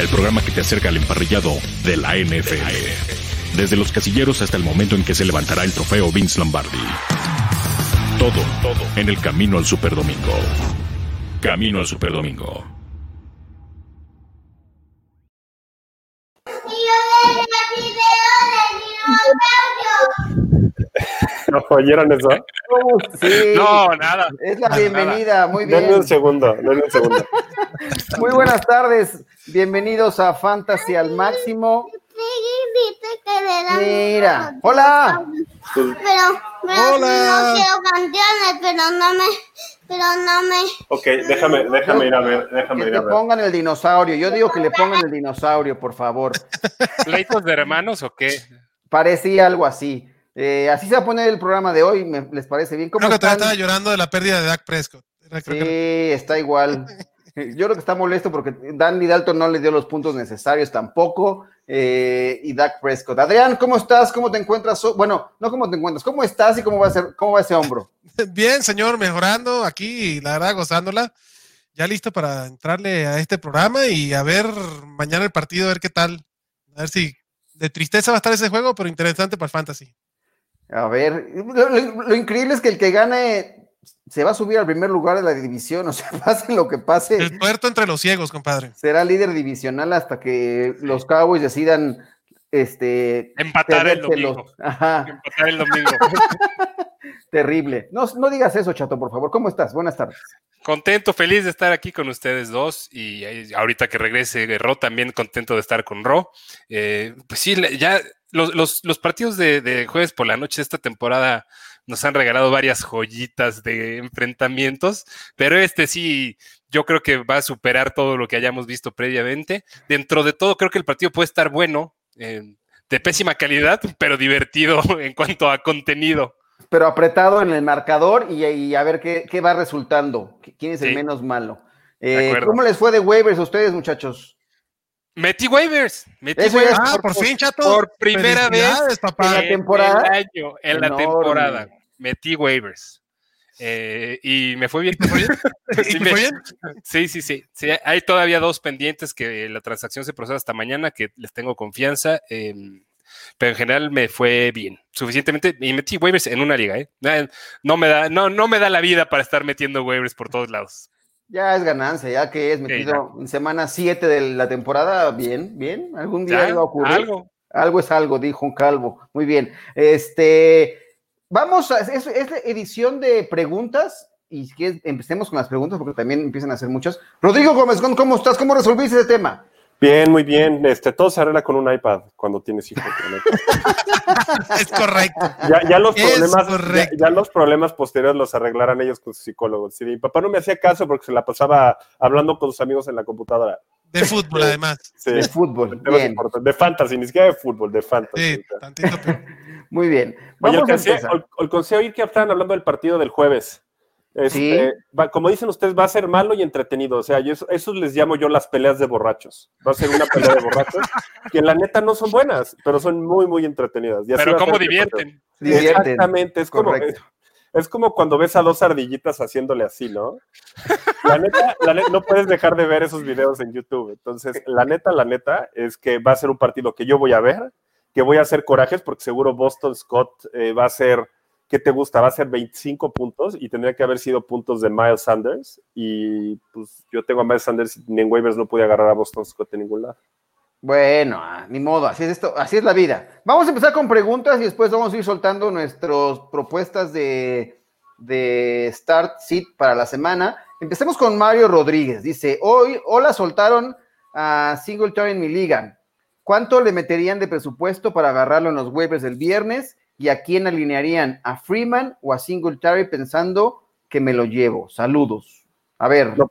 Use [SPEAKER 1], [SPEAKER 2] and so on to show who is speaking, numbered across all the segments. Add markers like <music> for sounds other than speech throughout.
[SPEAKER 1] el programa que te acerca al emparrillado de la NFL. Desde los casilleros hasta el momento en que se levantará el trofeo Vince Lombardi. Todo, todo en el camino al Superdomingo. Camino al Superdomingo.
[SPEAKER 2] <laughs> ¿No oyeron eso?
[SPEAKER 3] <laughs> Sí,
[SPEAKER 4] No, nada.
[SPEAKER 3] es la bienvenida, muy
[SPEAKER 2] Denle
[SPEAKER 3] bien.
[SPEAKER 2] un segundo, denle un segundo.
[SPEAKER 3] Muy buenas tardes, bienvenidos a Fantasy al Máximo. Mira, hola.
[SPEAKER 2] Pues,
[SPEAKER 5] Pero, pero no
[SPEAKER 6] Hola.
[SPEAKER 5] quiero canciones, pero no me, pero no me.
[SPEAKER 2] ok, déjame, déjame ir a ver, déjame
[SPEAKER 3] Que
[SPEAKER 2] ir a
[SPEAKER 3] te
[SPEAKER 2] ver.
[SPEAKER 3] pongan el dinosaurio, yo digo que le pongan el dinosaurio, por favor.
[SPEAKER 4] ¿Pleitos de hermanos o qué?
[SPEAKER 3] Parecía algo así. Eh, así se va a poner el programa de hoy, me- ¿les parece bien? ¿Cómo
[SPEAKER 6] Creo que todavía
[SPEAKER 3] están?
[SPEAKER 6] estaba llorando de la pérdida de Dak Prescott. Era- creo que-
[SPEAKER 3] Sí, está igual. Yo creo que está molesto porque Danny Dalton no le dio los puntos necesarios tampoco. eh, y Dak Prescott. Adrián, ¿cómo estás? ¿Cómo te encuentras? So- Bueno, no cómo te encuentras, ¿cómo estás y cómo va a ser, cómo va ese hombro?
[SPEAKER 6] <laughs> Bien, señor, mejorando aquí y la verdad gozándola. Ya listo para entrarle a este programa y a ver mañana el partido, a ver qué tal. A ver si de tristeza va a estar ese juego, pero interesante para el fantasy.
[SPEAKER 3] A ver, lo, lo- lo increíble es que el que gane se va a subir al primer lugar de la división, o sea, <laughs> pase lo que pase,
[SPEAKER 6] El tuerto entre los ciegos, compadre.
[SPEAKER 3] será líder divisional hasta que los Cowboys decidan este
[SPEAKER 4] Empatar el
[SPEAKER 3] cedérselos.
[SPEAKER 4] domingo.
[SPEAKER 3] Ajá.
[SPEAKER 4] Empatar el domingo.
[SPEAKER 3] Terrible. No, no digas eso, chato, por favor. ¿Cómo estás? Buenas tardes.
[SPEAKER 4] Contento, feliz de estar aquí con ustedes dos y eh, ahorita que regrese Ro también contento de estar con Ro. Eh, pues sí, le- ya los, los- los partidos de, de jueves por la noche de esta temporada nos han regalado varias joyitas de enfrentamientos, pero este sí, yo creo que va a superar todo lo que hayamos visto previamente. Dentro de todo, creo que el partido puede estar bueno, eh, de pésima calidad, pero divertido <laughs> en cuanto a contenido.
[SPEAKER 3] Pero apretado en el marcador y, y a ver qué, qué va resultando. ¿Quién es el
[SPEAKER 4] Sí.
[SPEAKER 3] menos malo?
[SPEAKER 4] De
[SPEAKER 3] Eh,
[SPEAKER 4] acuerdo.
[SPEAKER 3] ¿Cómo les fue de waivers a ustedes, muchachos?
[SPEAKER 4] Metí waivers, metí
[SPEAKER 3] Eso ya
[SPEAKER 4] waivers.
[SPEAKER 6] Ah, por fin, chato.
[SPEAKER 4] por primera vez
[SPEAKER 6] Felicidades,
[SPEAKER 3] en
[SPEAKER 6] papá.
[SPEAKER 3] la temporada.
[SPEAKER 4] En el año, en la
[SPEAKER 3] Enorme.
[SPEAKER 4] temporada. Metí waivers. Eh, y me fue
[SPEAKER 3] <laughs>
[SPEAKER 4] bien.
[SPEAKER 6] ¿Te fue bien?
[SPEAKER 4] Sí,
[SPEAKER 6] ¿Y te <laughs> fue
[SPEAKER 4] me-
[SPEAKER 6] bien?
[SPEAKER 4] sí, sí, sí, sí. Hay todavía dos pendientes que la transacción se procesa hasta mañana, que les tengo confianza. eh, pero en general me fue bien, suficientemente. Y metí waivers en una liga, ¿eh? Na- No me da, no, no me da la vida para estar metiendo waivers por todos lados.
[SPEAKER 3] Ya es ganancia, ya que es metido en semana 7 de la temporada. Bien, bien. Algún día
[SPEAKER 4] Ya,
[SPEAKER 3] algo va a ocurrir.
[SPEAKER 4] algo.
[SPEAKER 3] Algo es algo, dijo un calvo. Muy bien. Este, vamos a, es, es la edición de preguntas. Y si quieres, empecemos con las preguntas porque también empiezan a hacer muchas. Rodrigo Gómez, Gon, ¿cómo estás? ¿Cómo resolviste ese tema?
[SPEAKER 2] Bien, muy bien. Este, todo se arregla con un iPad cuando tienes hijos. la neta.
[SPEAKER 6] Es correcto.
[SPEAKER 2] Ya, ya los
[SPEAKER 6] Es
[SPEAKER 2] problemas, ya,
[SPEAKER 6] correcto.
[SPEAKER 2] ya los problemas posteriores los arreglarán ellos con sus psicólogos. Sí, mi papá no me hacía caso porque se la pasaba hablando con sus amigos en la computadora.
[SPEAKER 6] De fútbol, además.
[SPEAKER 2] Sí,
[SPEAKER 3] De fútbol.
[SPEAKER 2] temas
[SPEAKER 3] Bien,
[SPEAKER 2] importantes. de fantasy, ni siquiera de fútbol, de fantasy.
[SPEAKER 6] Sí, tantito. pero-
[SPEAKER 3] muy bien.
[SPEAKER 2] Oye,
[SPEAKER 3] Vamos a
[SPEAKER 2] alcancé,
[SPEAKER 3] empezar.
[SPEAKER 2] al- alcancé a oír que estaban hablando del partido del jueves. Este,
[SPEAKER 3] Sí.
[SPEAKER 2] va- como dicen ustedes, va a ser malo y entretenido. O sea, yo, eso- eso les llamo yo las peleas de borrachos. Va a ser una pelea de borrachos que la neta no son buenas, pero son muy, muy entretenidas. Y así
[SPEAKER 4] Pero
[SPEAKER 2] va a
[SPEAKER 4] cómo
[SPEAKER 2] ser este partido.
[SPEAKER 4] divierten.
[SPEAKER 3] Divierten.
[SPEAKER 2] Exactamente, es como,
[SPEAKER 3] Correcto.
[SPEAKER 2] es como cuando ves a dos ardillitas haciéndole así, ¿no? La neta, la ne- no puedes dejar de ver esos videos en YouTube. Entonces, la neta, la neta es que va a ser un partido que yo voy a ver, que voy a hacer corajes, porque seguro Boston Scott eh, va a ser, ¿qué te gusta? Va a ser 25 puntos y tendría que haber sido puntos de Miles Sanders. Y pues yo tengo a Miles Sanders y en waivers no pude agarrar a Boston Scott en ningún lado.
[SPEAKER 3] Bueno, ah, ni modo, así es esto, así es la vida. Vamos a empezar con preguntas y después vamos a ir soltando nuestras propuestas de, de Start Sit para la semana. Empecemos con Mario Rodríguez. Dice: Hoy, hola, soltaron a Singletary en mi liga. ¿Cuánto le meterían de presupuesto para agarrarlo en los waivers el viernes? ¿Y a quién alinearían? ¿A Freeman o a Singletary pensando que me lo llevo? Saludos. A ver,
[SPEAKER 2] No.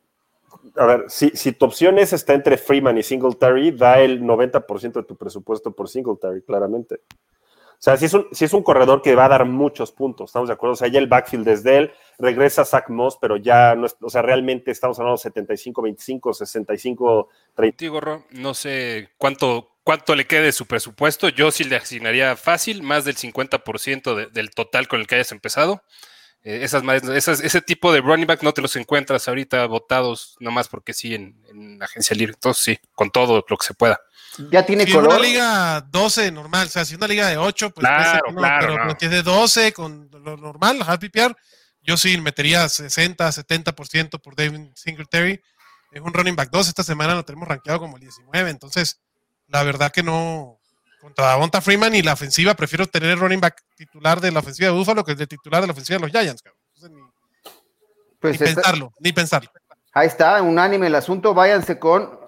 [SPEAKER 2] A ver, si, si tu opción es está entre Freeman y Singletary, da el 90% de tu presupuesto por Singletary, claramente. O sea, si es, un, si es un corredor que va a dar muchos puntos, ¿estamos de acuerdo? O sea, ya el backfield desde él, regresa Zach Moss, pero ya no es, o sea, realmente estamos hablando 75, 25, 65, 30.
[SPEAKER 4] Contigo, Ro, no sé cuánto, cuánto le quede su presupuesto. Yo sí le asignaría fácil, más del 50% de- del total con el que hayas empezado. Eh, esas madres, esas- ese tipo de running back no te los encuentras ahorita votados nomás porque sí en, en agencia libre. Entonces sí, con todo lo que se pueda.
[SPEAKER 3] Ya tiene
[SPEAKER 6] Si
[SPEAKER 3] color.
[SPEAKER 6] una liga 12 normal, o sea, si una liga de 8, pues puede ser
[SPEAKER 4] Claro,
[SPEAKER 6] que no,
[SPEAKER 4] claro,
[SPEAKER 6] pero
[SPEAKER 4] no.
[SPEAKER 6] lo que es de 12 con lo normal, hard PPR, yo sí metería 60, 70% por David Singletary. Es un running back 2, esta semana lo tenemos rankeado como el 19, entonces la verdad que no contra Bonta Freeman y la ofensiva, prefiero tener el running back titular de la ofensiva de Buffalo que el de titular de la ofensiva de los Giants, cabrón. Entonces, ni,
[SPEAKER 3] Pues
[SPEAKER 6] ni
[SPEAKER 3] está-
[SPEAKER 6] pensarlo, ni pensarlo.
[SPEAKER 3] ahí está, unánime el asunto. Váyanse con.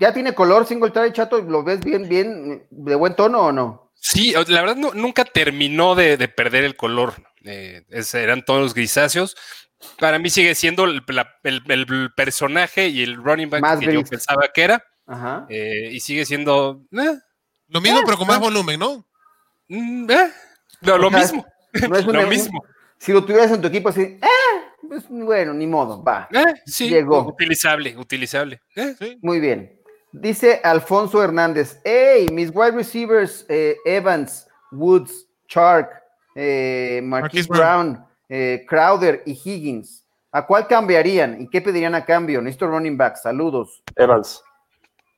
[SPEAKER 3] Ya tiene color Singletary, chato. ¿Lo ves bien, bien, de buen tono o no?
[SPEAKER 4] Sí, o- la verdad no- nunca terminó de, de perder el color. Eh, es- eran todos grisáceos. Para mí sigue siendo el, la- el- el personaje y el running back
[SPEAKER 3] Más
[SPEAKER 4] que
[SPEAKER 3] gris.
[SPEAKER 4] yo pensaba que era.
[SPEAKER 3] Ajá.
[SPEAKER 4] eh, y sigue siendo. eh,
[SPEAKER 6] Lo
[SPEAKER 3] Ah,
[SPEAKER 6] mismo, pero con más volumen, ¿no?
[SPEAKER 4] mm, eh, lo, lo
[SPEAKER 3] O sea,
[SPEAKER 4] mismo.
[SPEAKER 3] No es
[SPEAKER 4] lo mismo.
[SPEAKER 3] Si lo tuvieras en tu equipo así, ¡ah! Pues, bueno, ni modo, va.
[SPEAKER 4] Eh, sí,
[SPEAKER 3] Llegó.
[SPEAKER 4] utilizable, utilizable. Eh,
[SPEAKER 3] Muy bien. Dice Alfonso Hernández, hey, mis wide receivers, eh, Evans, Woods, Chark, eh, Marquise
[SPEAKER 6] Marquise Brown.
[SPEAKER 3] Brown, eh, Crowder y Higgins. ¿A cuál cambiarían y qué pedirían a cambio? Necesito running back, saludos.
[SPEAKER 2] Evans.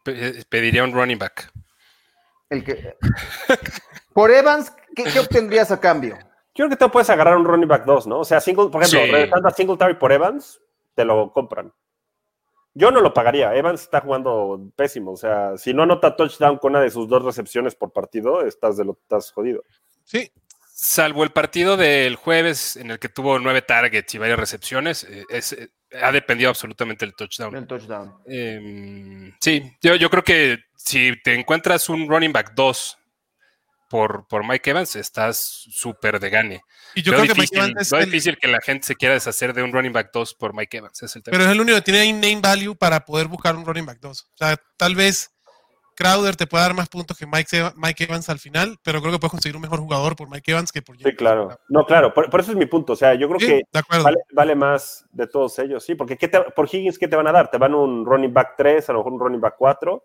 [SPEAKER 4] pe- eh, pediría un running back.
[SPEAKER 3] El que... Por Evans, ¿qué, qué obtendrías a cambio?
[SPEAKER 2] Yo creo que te puedes agarrar un running back 2, ¿no? O sea, single, por ejemplo,
[SPEAKER 4] Sí.
[SPEAKER 2] regresando a Singletary por Evans, te lo compran. Yo no lo pagaría. Evans está jugando pésimo. O sea, si no anota touchdown con una de sus dos recepciones por partido, estás, de lo, estás jodido.
[SPEAKER 6] Sí,
[SPEAKER 4] Salvo el partido del jueves en el que tuvo nueve targets y varias recepciones, eh, es- eh, ha dependido absolutamente el touchdown.
[SPEAKER 3] El touchdown.
[SPEAKER 4] Em, sí, yo, yo creo que si te encuentras un running back 2 por, por Mike Evans, estás súper de gane.
[SPEAKER 6] y yo
[SPEAKER 4] Veo
[SPEAKER 6] creo que Mike
[SPEAKER 4] difícil,
[SPEAKER 6] Evans es
[SPEAKER 4] veo
[SPEAKER 6] el-
[SPEAKER 4] difícil que la gente se quiera deshacer de un running back 2 por Mike Evans. Es el tema.
[SPEAKER 6] Pero es el único que tiene ahí name value para poder buscar un running back 2. O sea, tal vez Crowder te pueda dar más puntos que Mike, Eva- Mike Evans al final, pero creo que puedes conseguir un mejor jugador por Mike Evans que por
[SPEAKER 2] Sí, claro. No, claro. Por, por eso es mi punto. O sea, yo creo
[SPEAKER 6] Sí,
[SPEAKER 2] que
[SPEAKER 6] de acuerdo.
[SPEAKER 2] vale, vale más de todos ellos, sí. Porque ¿qué te- por Higgins, ¿qué te van a dar? Te van un running back 3, a lo mejor un running back 4.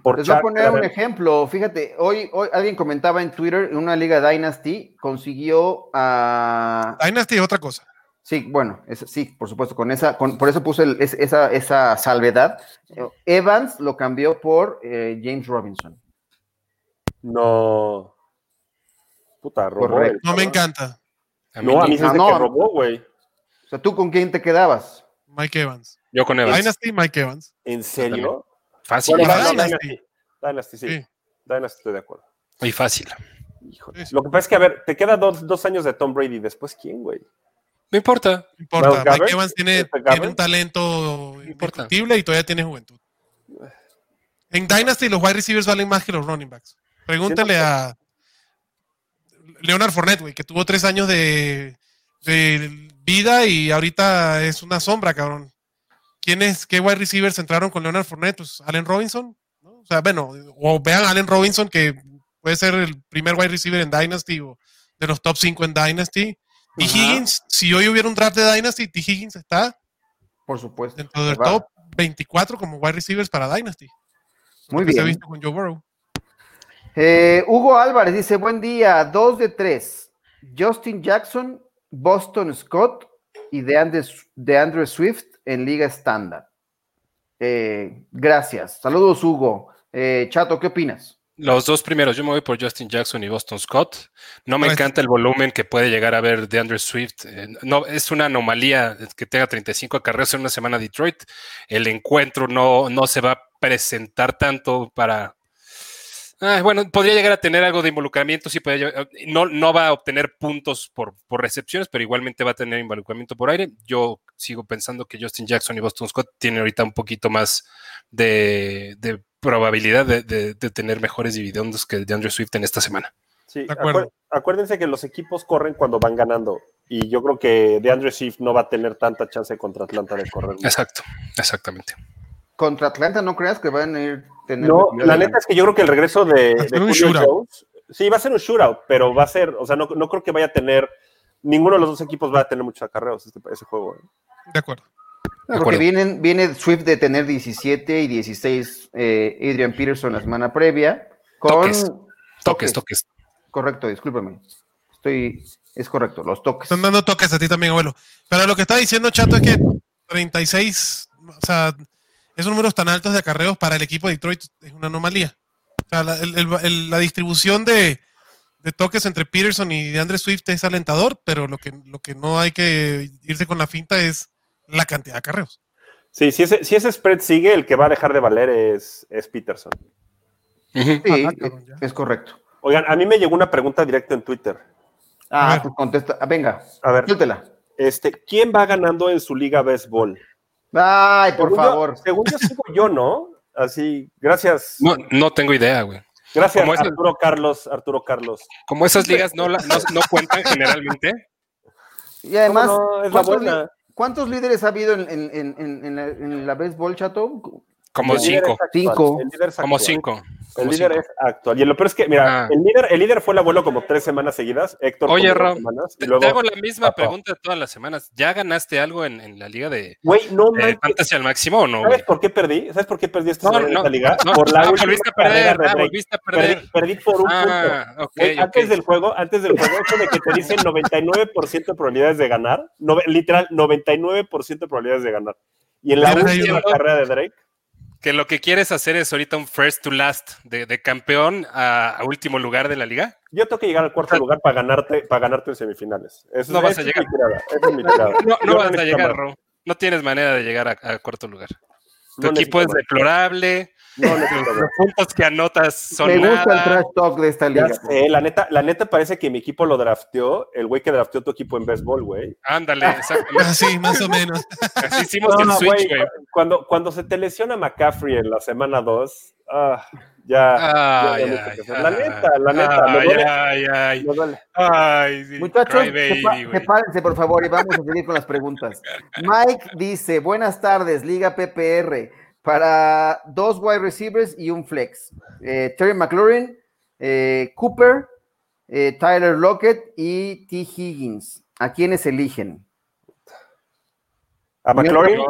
[SPEAKER 2] Por
[SPEAKER 3] Les voy a
[SPEAKER 2] Chuck,
[SPEAKER 3] poner
[SPEAKER 2] te
[SPEAKER 3] un
[SPEAKER 2] dan-
[SPEAKER 3] ejemplo. Fíjate, hoy, hoy alguien comentaba en Twitter, en una liga Dynasty, consiguió a...
[SPEAKER 6] Dynasty es otra cosa.
[SPEAKER 3] Sí, bueno, es- sí, por supuesto, con esa, con, por eso puse el- es- esa, esa salvedad. Eh, Evans lo cambió por eh, James Robinson.
[SPEAKER 2] No. Puta, robó.
[SPEAKER 3] Correcto.
[SPEAKER 6] No me
[SPEAKER 2] cabrón.
[SPEAKER 6] encanta
[SPEAKER 4] A mí
[SPEAKER 2] No, a
[SPEAKER 4] no.
[SPEAKER 2] mí se me hace
[SPEAKER 3] No,
[SPEAKER 2] que
[SPEAKER 3] no.
[SPEAKER 2] robó, güey.
[SPEAKER 3] O sea, ¿tú con quién te quedabas?
[SPEAKER 6] Mike Evans.
[SPEAKER 4] yo con Evans.
[SPEAKER 6] Dynasty, Mike Evans.
[SPEAKER 2] ¿En serio?
[SPEAKER 4] Fácil.
[SPEAKER 2] Bueno,
[SPEAKER 4] y
[SPEAKER 6] Para
[SPEAKER 4] fácil,
[SPEAKER 2] Dynasty.
[SPEAKER 6] Dynasty.
[SPEAKER 2] Dynasty, sí.
[SPEAKER 6] Sí.
[SPEAKER 2] Dynasty, estoy de acuerdo.
[SPEAKER 4] y fácil.
[SPEAKER 2] Híjole.
[SPEAKER 6] Sí, sí.
[SPEAKER 2] Lo que pasa es que, a ver, te quedan dos, dos años de Tom Brady. ¿Después quién, güey?
[SPEAKER 4] No importa.
[SPEAKER 6] No importa.
[SPEAKER 2] Miles Garrett,
[SPEAKER 6] Mike Evans tiene,
[SPEAKER 2] Miles
[SPEAKER 6] tiene un
[SPEAKER 2] Garrett.
[SPEAKER 6] talento
[SPEAKER 4] importa.
[SPEAKER 6] indiscutible y todavía tiene juventud. En Dynasty los wide receivers valen más que los running backs. Pregúntale a Leonard Fournette, güey, que tuvo tres años de, de vida y ahorita es una sombra, cabrón. ¿Quiénes, qué wide receivers entraron con Leonard Fournette? Pues Allen Robinson, ¿no? O sea, bueno, o vean a Allen Robinson, que puede ser el primer wide receiver en Dynasty o de los top 5 en Dynasty. T.
[SPEAKER 3] Ajá.
[SPEAKER 6] Higgins, si hoy hubiera un draft de Dynasty, T. Higgins está
[SPEAKER 3] Por supuesto.
[SPEAKER 6] dentro del
[SPEAKER 3] Va.
[SPEAKER 6] top 24 como wide receivers para Dynasty.
[SPEAKER 3] Muy
[SPEAKER 6] Que se ha
[SPEAKER 3] bien.
[SPEAKER 6] visto con Joe Burrow.
[SPEAKER 3] Eh, Hugo Álvarez dice, buen día, dos de tres. Justin Jackson, Boston Scott y de Andrew Swift en liga estándar. Eh, gracias. Saludos, Hugo. Eh, Chato, ¿qué opinas?
[SPEAKER 4] Los dos primeros, yo me voy por Justin Jackson y Boston Scott. No me
[SPEAKER 6] Pues-
[SPEAKER 4] encanta el volumen que puede llegar a ver de Andrew Swift. Eh, no, es una anomalía que tenga 35 acarreos en una semana Detroit. El encuentro no, no se va a presentar tanto para. Ah, bueno, podría llegar a tener algo de involucramiento, sí, podría llegar- no, no va a obtener puntos por, por recepciones, pero igualmente va a tener involucramiento por aire. Yo sigo pensando que Justin Jackson y Boston Scott tienen ahorita un poquito más de, de probabilidad de, de- de tener mejores dividendos que el de Andrew Swift en esta semana.
[SPEAKER 2] Sí,
[SPEAKER 6] De acuerdo.
[SPEAKER 2] acuer- acuérdense que los equipos corren cuando van ganando. Y yo creo que DeAndre Swift no va a tener tanta chance contra Atlanta de correr. güey.
[SPEAKER 4] Exacto, exactamente.
[SPEAKER 3] Contra Atlanta, ¿no creas que van a ir tener
[SPEAKER 2] No, la neta es que yo creo que el regreso de,
[SPEAKER 6] Va a
[SPEAKER 2] de
[SPEAKER 6] ser un
[SPEAKER 2] Julio
[SPEAKER 6] shootout.
[SPEAKER 2] Jones. Sí, va a ser un shootout, pero va a ser. O sea, no, no creo que vaya a tener. Ninguno de los dos equipos va a tener muchos acarreos este, ese juego. ¿eh?
[SPEAKER 6] De acuerdo.
[SPEAKER 2] Ah,
[SPEAKER 4] De
[SPEAKER 3] Porque
[SPEAKER 4] acuerdo.
[SPEAKER 3] vienen, viene Swift de tener 17 y 16 eh, Adrian Peterson la semana previa. Con
[SPEAKER 4] Toques. Toques, toques.
[SPEAKER 3] Correcto, discúlpame. Estoy, es correcto, los toques.
[SPEAKER 6] Están dando toques a ti también, abuelo. Pero lo que está diciendo Chato es que 36, o sea, esos números tan altos de acarreos para el equipo de Detroit es una anomalía. O sea, la, el- el- el- la distribución de, de toques entre Peterson y de Andre Swift es alentador, pero lo que, lo que no hay que irse con la finta es la cantidad de acarreos.
[SPEAKER 2] Sí, si ese, si ese spread sigue, el que va a dejar de valer es, es Peterson.
[SPEAKER 4] Ujú.
[SPEAKER 3] Sí,
[SPEAKER 6] Ah, cabrón, ya.
[SPEAKER 3] es correcto.
[SPEAKER 2] Oigan, a mí me llegó una pregunta directa en Twitter.
[SPEAKER 3] Ah,
[SPEAKER 6] A ver.
[SPEAKER 3] pues contesta. ah, Venga,
[SPEAKER 2] A ver,
[SPEAKER 3] suéltela.
[SPEAKER 2] este, ¿quién va ganando en su liga béisbol?
[SPEAKER 3] Ay, por
[SPEAKER 2] Según yo-
[SPEAKER 3] favor.
[SPEAKER 2] según yo sigo yo, ¿no? Así, gracias.
[SPEAKER 4] No, no tengo idea, güey.
[SPEAKER 2] gracias,
[SPEAKER 4] como es el-
[SPEAKER 2] Arturo Carlos, Arturo Carlos.
[SPEAKER 4] Como esas ligas no, la- no, no cuentan generalmente,
[SPEAKER 3] Y además,
[SPEAKER 2] ¿Cómo no? es la
[SPEAKER 3] ¿cuántos,
[SPEAKER 2] buena.
[SPEAKER 3] li- cuántos líderes ha habido en, en- en- en- en la, en la béisbol, Chato?
[SPEAKER 4] como
[SPEAKER 2] El líder
[SPEAKER 4] cinco,
[SPEAKER 2] es actual,
[SPEAKER 3] Cinco.
[SPEAKER 2] el líder es
[SPEAKER 4] como
[SPEAKER 2] actual.
[SPEAKER 4] cinco.
[SPEAKER 2] El
[SPEAKER 4] como
[SPEAKER 2] líder
[SPEAKER 4] cinco.
[SPEAKER 2] es actual. Y lo peor es que, mira,
[SPEAKER 4] Ah.
[SPEAKER 2] el, líder, el líder fue el abuelo como tres semanas seguidas. Héctor,
[SPEAKER 4] Oye,
[SPEAKER 2] como dos
[SPEAKER 4] Rob,
[SPEAKER 2] semanas, y
[SPEAKER 4] Te, te
[SPEAKER 2] luego,
[SPEAKER 4] hago la misma
[SPEAKER 2] Papá.
[SPEAKER 4] pregunta todas las semanas. ¿Ya ganaste algo en, en la liga de
[SPEAKER 2] güey, no
[SPEAKER 4] eh,
[SPEAKER 2] manches,
[SPEAKER 4] Fantasy al máximo o no? güey?
[SPEAKER 2] ¿Sabes por qué perdí? ¿Sabes por qué perdí esta,
[SPEAKER 4] No,
[SPEAKER 2] semana en
[SPEAKER 4] no,
[SPEAKER 2] esta liga?
[SPEAKER 4] no,
[SPEAKER 2] por la
[SPEAKER 4] ah,
[SPEAKER 2] última
[SPEAKER 4] volviste a
[SPEAKER 2] carrera
[SPEAKER 4] perder,
[SPEAKER 2] de
[SPEAKER 4] ah,
[SPEAKER 2] Drake.
[SPEAKER 4] volviste a perder.
[SPEAKER 2] Perdí, perdí por un punto.
[SPEAKER 4] Ah, ok,
[SPEAKER 2] Güey,
[SPEAKER 4] ok.
[SPEAKER 2] antes del juego, antes del juego, eso de que te dicen 99% de probabilidades de ganar, no- literal, 99% de probabilidades de ganar. Y en la
[SPEAKER 6] Pero
[SPEAKER 2] última
[SPEAKER 4] yo-
[SPEAKER 2] carrera de Drake,
[SPEAKER 4] Que lo que quieres hacer es ahorita un first to last, de, de campeón a, a último lugar de la liga.
[SPEAKER 2] yo tengo que llegar al cuarto lugar para ganarte, para ganarte en semifinales. Eso,
[SPEAKER 4] No vas
[SPEAKER 2] esa
[SPEAKER 4] a
[SPEAKER 2] es
[SPEAKER 4] llegar.
[SPEAKER 2] mi tirada, esa es mi tirada.
[SPEAKER 4] No,
[SPEAKER 2] Yo
[SPEAKER 4] no vas a
[SPEAKER 2] necesito
[SPEAKER 4] llegar,
[SPEAKER 2] más,
[SPEAKER 4] Ro. No tienes manera de llegar a, a cuarto lugar. Tu
[SPEAKER 2] no
[SPEAKER 4] equipo es
[SPEAKER 2] necesito
[SPEAKER 4] deplorable,
[SPEAKER 2] más, no necesito más.
[SPEAKER 4] los puntos que anotas son
[SPEAKER 3] Me gusta el
[SPEAKER 4] nada.
[SPEAKER 3] trash talk de esta
[SPEAKER 2] <laughs> Ya
[SPEAKER 3] liga.
[SPEAKER 2] sé, Eh, la neta, la neta parece que mi equipo lo drafteó, el güey que drafteó tu equipo en béisbol, güey.
[SPEAKER 4] Ándale,
[SPEAKER 6] <laughs>
[SPEAKER 4] exactamente.
[SPEAKER 6] Así, más o menos.
[SPEAKER 4] Así hicimos
[SPEAKER 2] No,
[SPEAKER 4] el
[SPEAKER 2] güey,
[SPEAKER 4] switch, güey.
[SPEAKER 2] Cuando, cuando se te lesiona McCaffrey en la semana 2, ah, ya.
[SPEAKER 4] Ay,
[SPEAKER 2] ya,
[SPEAKER 4] ay,
[SPEAKER 2] ya, la
[SPEAKER 4] ay,
[SPEAKER 2] neta, la neta, me
[SPEAKER 4] Ay,
[SPEAKER 2] duele.
[SPEAKER 4] ay, ay.
[SPEAKER 2] me duele.
[SPEAKER 4] Ay, sí,
[SPEAKER 3] Muchachos,
[SPEAKER 4] crybaby,
[SPEAKER 3] sepa-
[SPEAKER 4] güey.
[SPEAKER 3] sepárense por favor y vamos a seguir con las preguntas. Mike dice, buenas tardes, Liga PPR, para dos wide receivers y un flex. Eh, Terry McLaurin, eh, Cooper, eh, Tyler Lockett y T. Higgins. ¿A quiénes eligen?
[SPEAKER 2] A McLaurin,
[SPEAKER 4] No,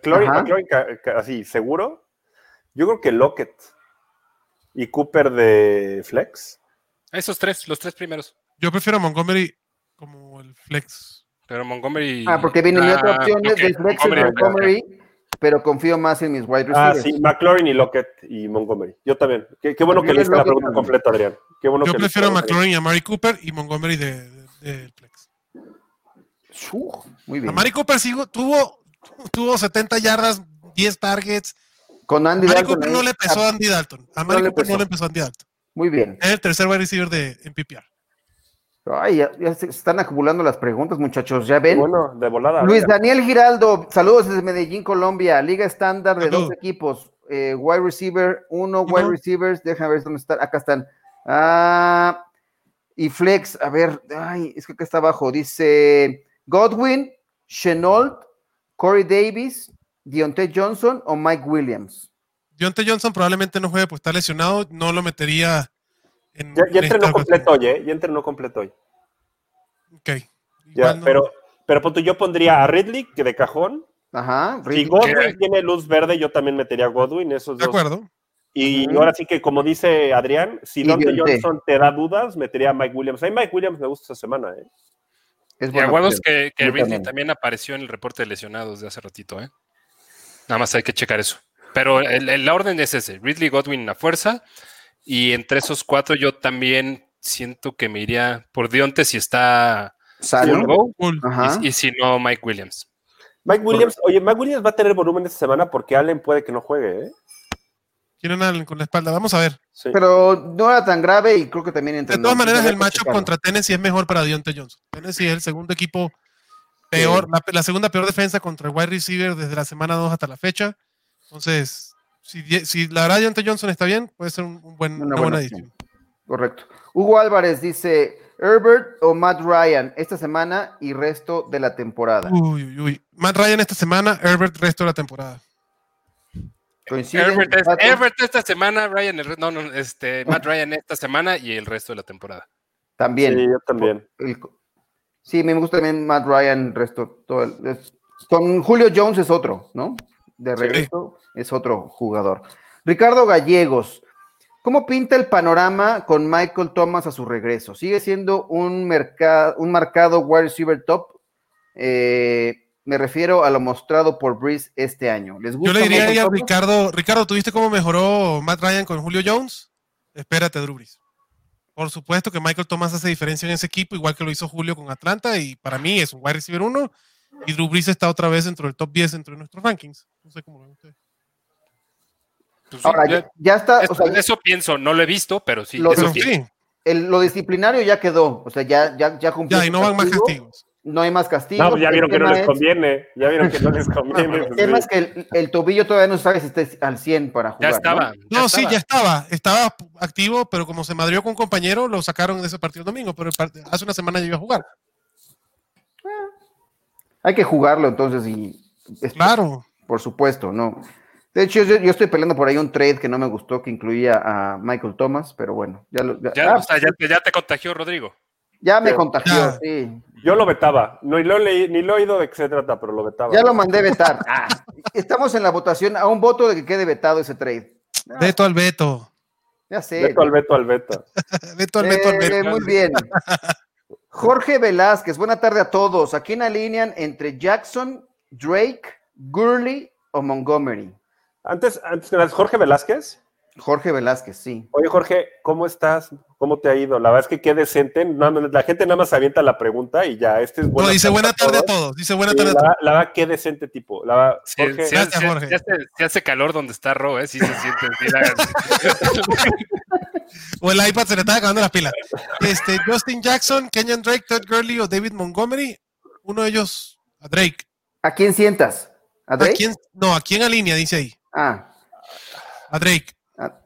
[SPEAKER 2] McLaurin-
[SPEAKER 3] Ajá.
[SPEAKER 2] McLaurin ca- ca- así, seguro. Yo creo que Lockett y Cooper de Flex.
[SPEAKER 4] Esos tres, los tres primeros.
[SPEAKER 6] Yo prefiero a Montgomery como el flex.
[SPEAKER 4] Pero Montgomery.
[SPEAKER 3] Ah, porque viene mi otra
[SPEAKER 4] Ah,
[SPEAKER 3] opción
[SPEAKER 4] ok,
[SPEAKER 3] de flex es
[SPEAKER 4] Montgomery,
[SPEAKER 3] Montgomery, pero confío más en mis wide
[SPEAKER 2] Ah,
[SPEAKER 3] receivers.
[SPEAKER 2] sí, McLaurin y Lockett y Montgomery. Yo también. Qué, qué bueno que
[SPEAKER 3] También
[SPEAKER 2] leíste la
[SPEAKER 3] Lockett
[SPEAKER 2] pregunta
[SPEAKER 3] también.
[SPEAKER 2] completa, Adrián. Qué bueno
[SPEAKER 6] Yo
[SPEAKER 2] que leíste
[SPEAKER 6] prefiero a
[SPEAKER 2] la pregunta.
[SPEAKER 6] McLaurin y a Mari Cooper y Montgomery de, de- del flex.
[SPEAKER 3] Shuj, Muy
[SPEAKER 6] A
[SPEAKER 3] bien.
[SPEAKER 6] Mari Cooper sí tuvo, tuvo 70 yardas, 10 targets.
[SPEAKER 3] Con
[SPEAKER 6] A
[SPEAKER 3] Andy
[SPEAKER 6] Mari
[SPEAKER 3] Dalton
[SPEAKER 6] Cooper no
[SPEAKER 3] ahí.
[SPEAKER 6] le pesó a Andy Dalton. A Mari
[SPEAKER 3] le
[SPEAKER 6] Cooper no
[SPEAKER 3] pesó.
[SPEAKER 6] le empezó a Andy Dalton.
[SPEAKER 3] Muy bien.
[SPEAKER 6] Es el tercer wide receiver de, en PPR.
[SPEAKER 3] Ay, ya, ya se están acumulando las preguntas, muchachos. ¿Ya ven?
[SPEAKER 2] Bueno, de
[SPEAKER 6] Ah,
[SPEAKER 2] volada.
[SPEAKER 3] Luis
[SPEAKER 2] venga.
[SPEAKER 3] Daniel Giraldo, saludos desde Medellín, Colombia. Liga estándar de dos
[SPEAKER 6] Salud.
[SPEAKER 3] equipos. eh, wide receiver, uno
[SPEAKER 6] Ujú.
[SPEAKER 3] wide receivers. Déjame ver dónde están. Acá están. Ah, y Flex, a ver. Ay, es que acá está abajo. Dice Godwin, Chenault, Corey Davis, Deontay Johnson o Mike Williams.
[SPEAKER 6] Deontay Johnson probablemente no juegue, pues está lesionado. No lo metería en.
[SPEAKER 2] Ya, ya
[SPEAKER 6] en
[SPEAKER 2] entrenó
[SPEAKER 6] esta
[SPEAKER 2] completo hoy, ¿eh? Ya entrenó completo hoy.
[SPEAKER 6] ocasión. Ok.
[SPEAKER 2] Ya,
[SPEAKER 6] Igual no-
[SPEAKER 2] pero, pero punto, yo pondría a Ridley, que de cajón,
[SPEAKER 3] Ajá.
[SPEAKER 2] Si
[SPEAKER 3] Ridley.
[SPEAKER 4] ¿Qué?
[SPEAKER 2] Godwin tiene luz verde, yo también metería a Godwin, esos
[SPEAKER 6] De
[SPEAKER 2] dos.
[SPEAKER 6] acuerdo.
[SPEAKER 2] Y
[SPEAKER 3] Ujú.
[SPEAKER 2] ahora sí que, como dice Adrián, si
[SPEAKER 3] Y
[SPEAKER 2] Dante
[SPEAKER 3] Dionte.
[SPEAKER 2] Johnson te da dudas, metería a Mike Williams. A mí Mike Williams me gusta esta semana, ¿eh?
[SPEAKER 3] Es
[SPEAKER 4] Y
[SPEAKER 3] buena
[SPEAKER 4] aguados
[SPEAKER 3] opción.
[SPEAKER 4] que, que
[SPEAKER 3] Yo
[SPEAKER 4] Ridley
[SPEAKER 3] también.
[SPEAKER 4] también. apareció en el reporte de lesionados de hace ratito, ¿eh? Nada más hay que checar eso. Pero el- el- la orden es ese: Ridley Godwin a fuerza. Y entre esos cuatro, yo también siento que me iría por Dionte si está
[SPEAKER 3] Sano.
[SPEAKER 4] full go,
[SPEAKER 6] Cool.
[SPEAKER 4] y-
[SPEAKER 3] Ajá.
[SPEAKER 4] y, si no, Mike Williams.
[SPEAKER 2] Mike Williams, oye, Mike Williams va a tener volumen esta semana porque Allen puede que no juegue, ¿eh?
[SPEAKER 6] Quieren a alguien con la espalda. Vamos a ver.
[SPEAKER 2] Sí.
[SPEAKER 3] Pero no era tan grave y creo que también entrenó.
[SPEAKER 6] De todas maneras,
[SPEAKER 3] Habría
[SPEAKER 6] el
[SPEAKER 3] que
[SPEAKER 6] matchup
[SPEAKER 3] checarlo.
[SPEAKER 6] contra Tennessee es mejor para Deontay Johnson. Tennessee es el segundo equipo peor, la, la segunda peor defensa contra el wide receiver desde la semana 2 hasta la fecha. Entonces, si, die- si la verdad Deontay Johnson está bien, puede ser un, un buen,
[SPEAKER 3] Una
[SPEAKER 6] una,
[SPEAKER 3] buena
[SPEAKER 6] buena
[SPEAKER 3] opción.
[SPEAKER 6] edición.
[SPEAKER 3] Correcto. Hugo Álvarez dice, Herbert o Matt Ryan esta semana y resto de la temporada.
[SPEAKER 4] Mm,
[SPEAKER 6] Uy, uy, uy. Matt Ryan esta semana, Herbert resto de la temporada.
[SPEAKER 3] ¿Coinciden,
[SPEAKER 4] Herbert, es-
[SPEAKER 3] vatos?
[SPEAKER 4] Herbert esta semana, Ryan, el re- no, no, este, Matt Ryan esta semana y el resto de la temporada.
[SPEAKER 3] También.
[SPEAKER 2] Sí, yo también.
[SPEAKER 3] El co- sí, me gusta también Matt Ryan, resto. todo el- es- con Julio Jones es otro, ¿no? De regreso es otro jugador. Ricardo Gallegos, ¿Cómo pinta el panorama con Michael Thomas a su regreso? ¿Sigue siendo un, mercado, un marcado wide receiver top? Eh, me refiero a lo mostrado por Breeze este año. ¿Les
[SPEAKER 6] Yo
[SPEAKER 3] gusta
[SPEAKER 6] le diría
[SPEAKER 3] Michael
[SPEAKER 6] ahí a
[SPEAKER 3] Thomas?
[SPEAKER 6] Ricardo, Ricardo, ¿tuviste cómo mejoró Matt Ryan con Julio Jones? Espérate, Drew Brees. Por supuesto que Michael Thomas hace diferencia en ese equipo, igual que lo hizo Julio con Atlanta, y para mí es un wide receiver uno, y Drew Brees está otra vez dentro del top 10 dentro de nuestros rankings. No sé cómo lo ven ustedes.
[SPEAKER 4] Pues sí,
[SPEAKER 3] Ahora,
[SPEAKER 4] yo-
[SPEAKER 3] ya, ya está,
[SPEAKER 4] eso,
[SPEAKER 3] o sea,
[SPEAKER 4] eso pienso, no lo he visto, pero sí.
[SPEAKER 3] Lo-
[SPEAKER 4] eso
[SPEAKER 6] Pero
[SPEAKER 4] pienso.
[SPEAKER 6] sí,
[SPEAKER 3] el- lo disciplinario ya quedó. O sea, ya, ya, ya cumplió.
[SPEAKER 6] ya, y
[SPEAKER 3] su
[SPEAKER 6] no van más
[SPEAKER 3] castigo,
[SPEAKER 6] castigos.
[SPEAKER 3] No hay más castigos.
[SPEAKER 2] No, pues ya
[SPEAKER 3] El
[SPEAKER 2] vieron que no
[SPEAKER 3] tema
[SPEAKER 2] les
[SPEAKER 3] es-
[SPEAKER 2] conviene. Ya vieron que no les
[SPEAKER 3] <laughs>
[SPEAKER 2] conviene.
[SPEAKER 3] El
[SPEAKER 2] pues,
[SPEAKER 3] tema
[SPEAKER 2] sí.
[SPEAKER 3] es que el, el tobillo todavía no sabe si está al 100 para
[SPEAKER 4] Ya
[SPEAKER 3] jugar. ¿no?
[SPEAKER 4] estaba.
[SPEAKER 6] No, sí,
[SPEAKER 4] estaba.
[SPEAKER 6] ya estaba. Estaba activo, pero como se madrió con un compañero, lo sacaron de ese partido el domingo, pero el par- hace una semana ya iba a jugar.
[SPEAKER 3] Hay que jugarlo entonces y...
[SPEAKER 6] Claro.
[SPEAKER 3] Por supuesto, no. De hecho, yo, yo estoy peleando por ahí un trade que no me gustó, que incluía a Michael Thomas, pero bueno, ya, lo- ya,
[SPEAKER 4] Ya,
[SPEAKER 3] ah,
[SPEAKER 4] o sea, ya te- ya te contagió, Rodrigo.
[SPEAKER 3] ya me
[SPEAKER 2] ya.
[SPEAKER 3] contagió,
[SPEAKER 6] Ya.
[SPEAKER 3] sí.
[SPEAKER 2] Yo lo vetaba. No, ni, lo leí- ni lo he oído de qué se trata, pero lo vetaba.
[SPEAKER 3] Ya lo mandé
[SPEAKER 4] <laughs>
[SPEAKER 3] vetar. Ah, estamos en la votación a un voto de que quede vetado ese trade. Ah,
[SPEAKER 6] Veto al veto.
[SPEAKER 3] ya sé.
[SPEAKER 2] Beto al Beto al Beto.
[SPEAKER 6] Veto al veto al
[SPEAKER 3] Eh,
[SPEAKER 6] veto.
[SPEAKER 3] Muy
[SPEAKER 6] <laughs>
[SPEAKER 3] bien. Jorge Velázquez, buena tarde a todos. ¿A quién alinean entre Jackson, Drake, Gurley o Montgomery?
[SPEAKER 2] Antes, antes que nada, Jorge Velázquez.
[SPEAKER 3] Jorge Velázquez, sí.
[SPEAKER 2] Oye, Jorge, ¿cómo estás? ¿Cómo te ha ido? La verdad es que qué decente. Nada más- la gente nada más avienta la pregunta y ya. Este es
[SPEAKER 6] No, dice buena tarde a todos. Dice buena
[SPEAKER 2] Sí,
[SPEAKER 6] tarde a
[SPEAKER 2] la,
[SPEAKER 6] todos.
[SPEAKER 2] verdad- Eh, la verdad, qué decente tipo. La verdad,
[SPEAKER 4] Sí,
[SPEAKER 2] Jorge,
[SPEAKER 4] sí,
[SPEAKER 6] Gracias,
[SPEAKER 4] sí,
[SPEAKER 6] Jorge.
[SPEAKER 4] sí hace, sí hace calor donde está Ro, ¿eh? Sí se
[SPEAKER 2] <laughs>
[SPEAKER 4] siente. sí, la-
[SPEAKER 6] O el iPad se le estaba acabando las pilas. Este, Justin Jackson, Kenyan Drake, Todd Gurley o David Montgomery. Uno de ellos, a Drake.
[SPEAKER 3] ¿A quién sientas? ¿A
[SPEAKER 6] ¿A
[SPEAKER 3] Drake?
[SPEAKER 6] quién? No, ¿a quién alinea? Dice ahí.
[SPEAKER 3] Ah,
[SPEAKER 6] A Drake.
[SPEAKER 3] a-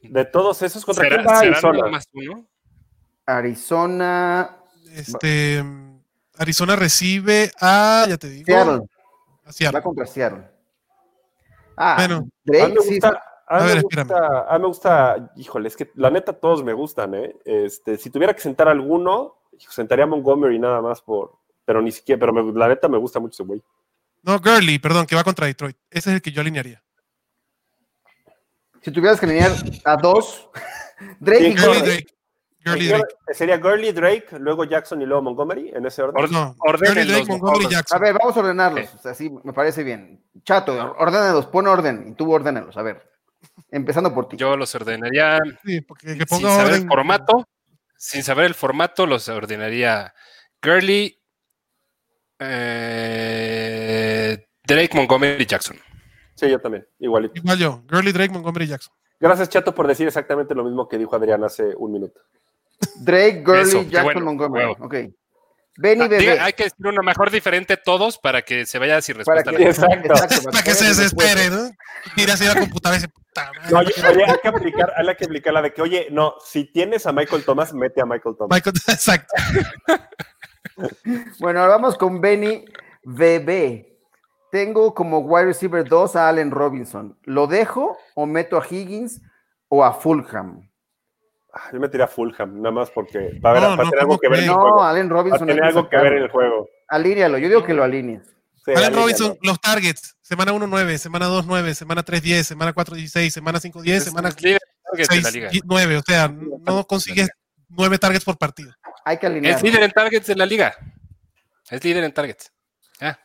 [SPEAKER 2] de todos esos, ¿contra
[SPEAKER 4] ¿Será,
[SPEAKER 2] quién va
[SPEAKER 4] será
[SPEAKER 2] Arizona?
[SPEAKER 4] nada más uno?
[SPEAKER 3] Arizona,
[SPEAKER 6] Este, Arizona recibe a, ya te digo,
[SPEAKER 3] Seattle.
[SPEAKER 6] a Seattle.
[SPEAKER 3] Va contra Seattle. Ah,
[SPEAKER 6] Bueno.
[SPEAKER 2] A mí
[SPEAKER 3] Drake,
[SPEAKER 2] me
[SPEAKER 3] sí.
[SPEAKER 2] gusta. A mí,
[SPEAKER 6] A ver,
[SPEAKER 2] me
[SPEAKER 6] espérame.
[SPEAKER 2] gusta, a mí me gusta, híjole, es que la neta todos me gustan, ¿eh? Este, si tuviera que sentar alguno, sentaría a Montgomery nada más por, pero ni siquiera, pero me- la neta me gusta mucho ese güey.
[SPEAKER 6] No, Gurley, perdón, que va contra Detroit. Ese es el que yo alinearía.
[SPEAKER 3] Si tuvieras que alinear a dos, <laughs> Drake
[SPEAKER 2] Sí,
[SPEAKER 3] y
[SPEAKER 2] claro.
[SPEAKER 3] Gurley.
[SPEAKER 6] Gurley, Drake. Gurley,
[SPEAKER 2] Yo-
[SPEAKER 6] Drake.
[SPEAKER 2] Sería Gurley, Drake, luego Jackson y luego Montgomery, en ese orden.
[SPEAKER 4] Or-
[SPEAKER 6] No,
[SPEAKER 4] ordenen
[SPEAKER 6] Gurley, Drake,
[SPEAKER 4] los
[SPEAKER 6] Montgomery,
[SPEAKER 4] mejores.
[SPEAKER 3] A
[SPEAKER 6] Jackson.
[SPEAKER 3] ver, vamos a ordenarlos. O sea, Así me parece bien. Chato, or- ordénalos, pon orden. Y tú ordénalos. A ver. Empezando por ti.
[SPEAKER 4] Yo los ordenaría
[SPEAKER 6] Sí, porque que
[SPEAKER 4] sin
[SPEAKER 6] ponga
[SPEAKER 4] saber
[SPEAKER 6] orden.
[SPEAKER 4] el formato. Sin saber el formato, los ordenaría Gurley, eh, Drake, Montgomery y Jackson.
[SPEAKER 2] Sí, yo también, igualito.
[SPEAKER 6] Igual yo. Gurley, Drake, Montgomery, Jackson.
[SPEAKER 2] Gracias, Chato, por decir exactamente lo mismo que dijo Adrián hace un minuto.
[SPEAKER 3] Drake, Gurley,
[SPEAKER 4] Eso, qué
[SPEAKER 3] Jackson,
[SPEAKER 4] bueno,
[SPEAKER 3] Montgomery.
[SPEAKER 4] huevo.
[SPEAKER 3] Ok. Benny
[SPEAKER 4] Ah,
[SPEAKER 3] Bebé.
[SPEAKER 4] diga, hay que decir uno mejor diferente todos para que se vaya sin
[SPEAKER 3] para
[SPEAKER 4] respuesta.
[SPEAKER 3] que,
[SPEAKER 4] la gente.
[SPEAKER 2] Exacto.
[SPEAKER 6] <laughs> Para que se
[SPEAKER 3] vayan
[SPEAKER 6] desespere,
[SPEAKER 3] después.
[SPEAKER 6] ¿no? Tira así la computadora y se puta madre.
[SPEAKER 2] No, oye, oye, hay que aplicar, hay que aplicar la de que, oye, no, si tienes a Michael Thomas, mete a Michael Thomas.
[SPEAKER 6] Michael, <laughs> exacto.
[SPEAKER 3] Bueno, ahora vamos con Benny Bebé. Tengo como wide receiver 2 a Allen Robinson. ¿Lo dejo o meto a Higgins o a Fulham?
[SPEAKER 2] Ah, Yo me tiré a Fulham, nada más porque, para, ver,
[SPEAKER 6] No,
[SPEAKER 2] para
[SPEAKER 6] no,
[SPEAKER 2] tener algo
[SPEAKER 6] ¿cómo
[SPEAKER 2] que ver en el
[SPEAKER 6] crees?
[SPEAKER 3] No,
[SPEAKER 2] juego.
[SPEAKER 3] Allen
[SPEAKER 2] Para
[SPEAKER 3] Robinson. hay
[SPEAKER 2] tener algo que ver en el
[SPEAKER 3] sacarlo.
[SPEAKER 2] juego.
[SPEAKER 3] Alínealo, yo digo que lo alíneas.
[SPEAKER 2] Sí,
[SPEAKER 6] Allen
[SPEAKER 2] alíñalo.
[SPEAKER 6] Robinson, los targets. Semana 1, 9. Semana 2, 9. Semana 3, 10. Semana 4, 16. Semana 5, 10.
[SPEAKER 4] Es
[SPEAKER 6] Semana
[SPEAKER 4] líder en targets de la
[SPEAKER 6] 6,
[SPEAKER 4] liga.
[SPEAKER 6] 9. O sea, no consigues 9 targets por partido. <laughs>
[SPEAKER 3] Hay que
[SPEAKER 4] Es
[SPEAKER 3] alinearlo.
[SPEAKER 4] líder en targets de la liga. Es líder en targets. Ah,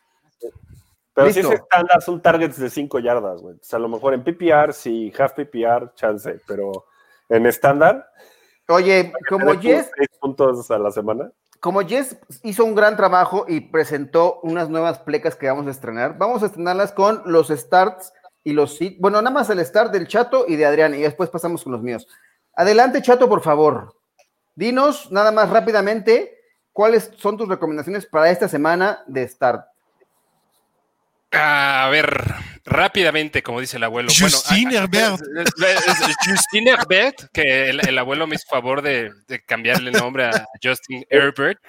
[SPEAKER 2] Pero
[SPEAKER 3] Listo.
[SPEAKER 2] si es estándar, son targets de 5 yardas, güey. O sea, a lo mejor en PPR, si half PPR, chance, pero en estándar,
[SPEAKER 3] Oye, como
[SPEAKER 2] tener tus
[SPEAKER 3] Jess,
[SPEAKER 2] seis puntos a la semana.
[SPEAKER 3] como Jess hizo un gran trabajo y presentó unas nuevas plecas que vamos a estrenar, vamos a estrenarlas con los starts y los sit. Bueno, nada más el start del Chato y de Adrián, y después pasamos con los míos. Adelante, Chato, por favor. Dinos nada más rápidamente cuáles son tus recomendaciones para esta semana de start.
[SPEAKER 4] Ah, A ver, rápidamente, como dice el abuelo. Bueno,
[SPEAKER 6] Justin
[SPEAKER 4] a- a-
[SPEAKER 6] Herbert.
[SPEAKER 4] es- es- es Justin Herbert, que el, el abuelo me hizo favor de, de cambiarle el nombre a Justin Herbert.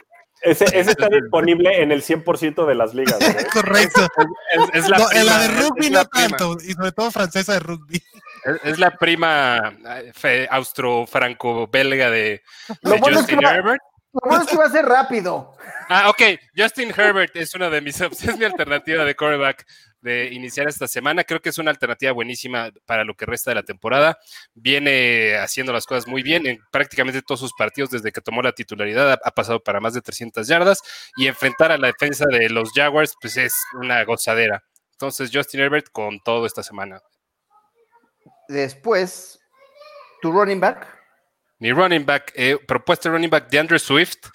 [SPEAKER 2] Ese, ese está disponible en el 100% de las ligas.
[SPEAKER 6] <laughs>
[SPEAKER 2] güey.
[SPEAKER 6] Correcto.
[SPEAKER 4] Es, es la
[SPEAKER 6] No, en la
[SPEAKER 4] prima-
[SPEAKER 6] de
[SPEAKER 4] es- es
[SPEAKER 6] rugby
[SPEAKER 4] la
[SPEAKER 6] no
[SPEAKER 4] prima-
[SPEAKER 6] tanto. Y sobre todo francesa
[SPEAKER 2] <laughs>
[SPEAKER 6] de rugby.
[SPEAKER 4] Es, es la prima eh, fe- austro-franco-belga de,
[SPEAKER 3] Lo
[SPEAKER 4] de
[SPEAKER 3] bueno es que
[SPEAKER 4] Justin
[SPEAKER 3] va-
[SPEAKER 4] Herbert.
[SPEAKER 3] Lo bueno es que va a ser rápido.
[SPEAKER 4] <laughs> Ah, ok. Justin Herbert es una de mis opciones, es mi alternativa de quarterback de iniciar esta semana. Creo que es una alternativa buenísima para lo que resta de la temporada. Viene haciendo las cosas muy bien en prácticamente todos sus partidos desde que tomó la titularidad. Ha, ha pasado para más de 300 yardas y enfrentar a la defensa de los Jaguars pues es una gozadera. Entonces Justin Herbert con todo esta semana.
[SPEAKER 3] Después, tu running back.
[SPEAKER 4] Mi running back, eh, propuesta running back de Andrew Swift.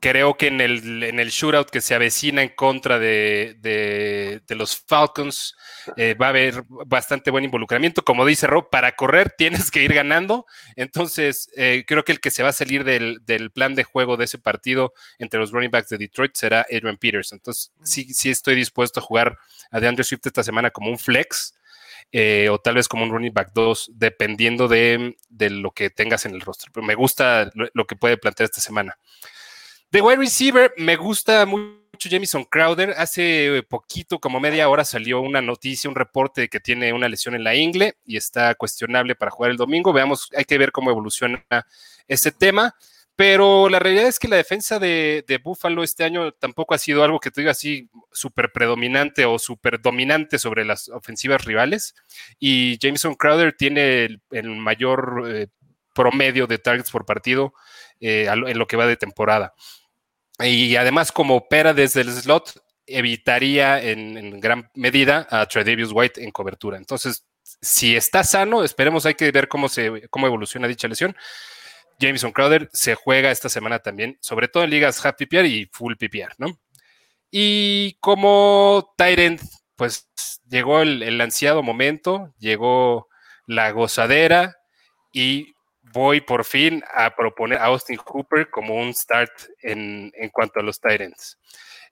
[SPEAKER 4] Creo que en el, en el shootout que se avecina en contra de, de- de los Falcons eh, va a haber bastante buen involucramiento. Como dice Rob, para correr tienes que ir ganando. Entonces, eh, creo que el que se va a salir del, del plan de juego de ese partido entre los running backs de Detroit será Adrian Peters. Entonces, sí, sí estoy dispuesto a jugar a DeAndre Swift esta semana como un flex eh, o tal vez como un running back 2, dependiendo de, de lo que tengas en el roster. Pero me gusta lo, lo que puede plantear esta semana. De wide receiver, me gusta mucho Jamison Crowder. Hace poquito, como media hora, salió una noticia, un reporte de que tiene una lesión en la ingle y está cuestionable para jugar el domingo. Veamos, hay que ver cómo evoluciona este tema. Pero la realidad es que la defensa de, de Buffalo este año tampoco ha sido algo que te diga así súper predominante o súper dominante sobre las ofensivas rivales. Y Jameson Crowder tiene el, el mayor eh, promedio de targets por partido eh, a lo- en lo que va de temporada. Y además, como opera desde el slot, evitaría en, en gran medida a Tredavious White en cobertura. Entonces, si está sano, esperemos, hay que ver cómo, se, cómo evoluciona dicha lesión. Jameson Crowder se juega esta semana también, sobre todo en ligas half PPR y full PPR, ¿no? Y como Tyrant, pues llegó el, el ansiado momento, llegó la gozadera y voy por fin a proponer a Austin Hooper como un start en, en cuanto a los Tyrants.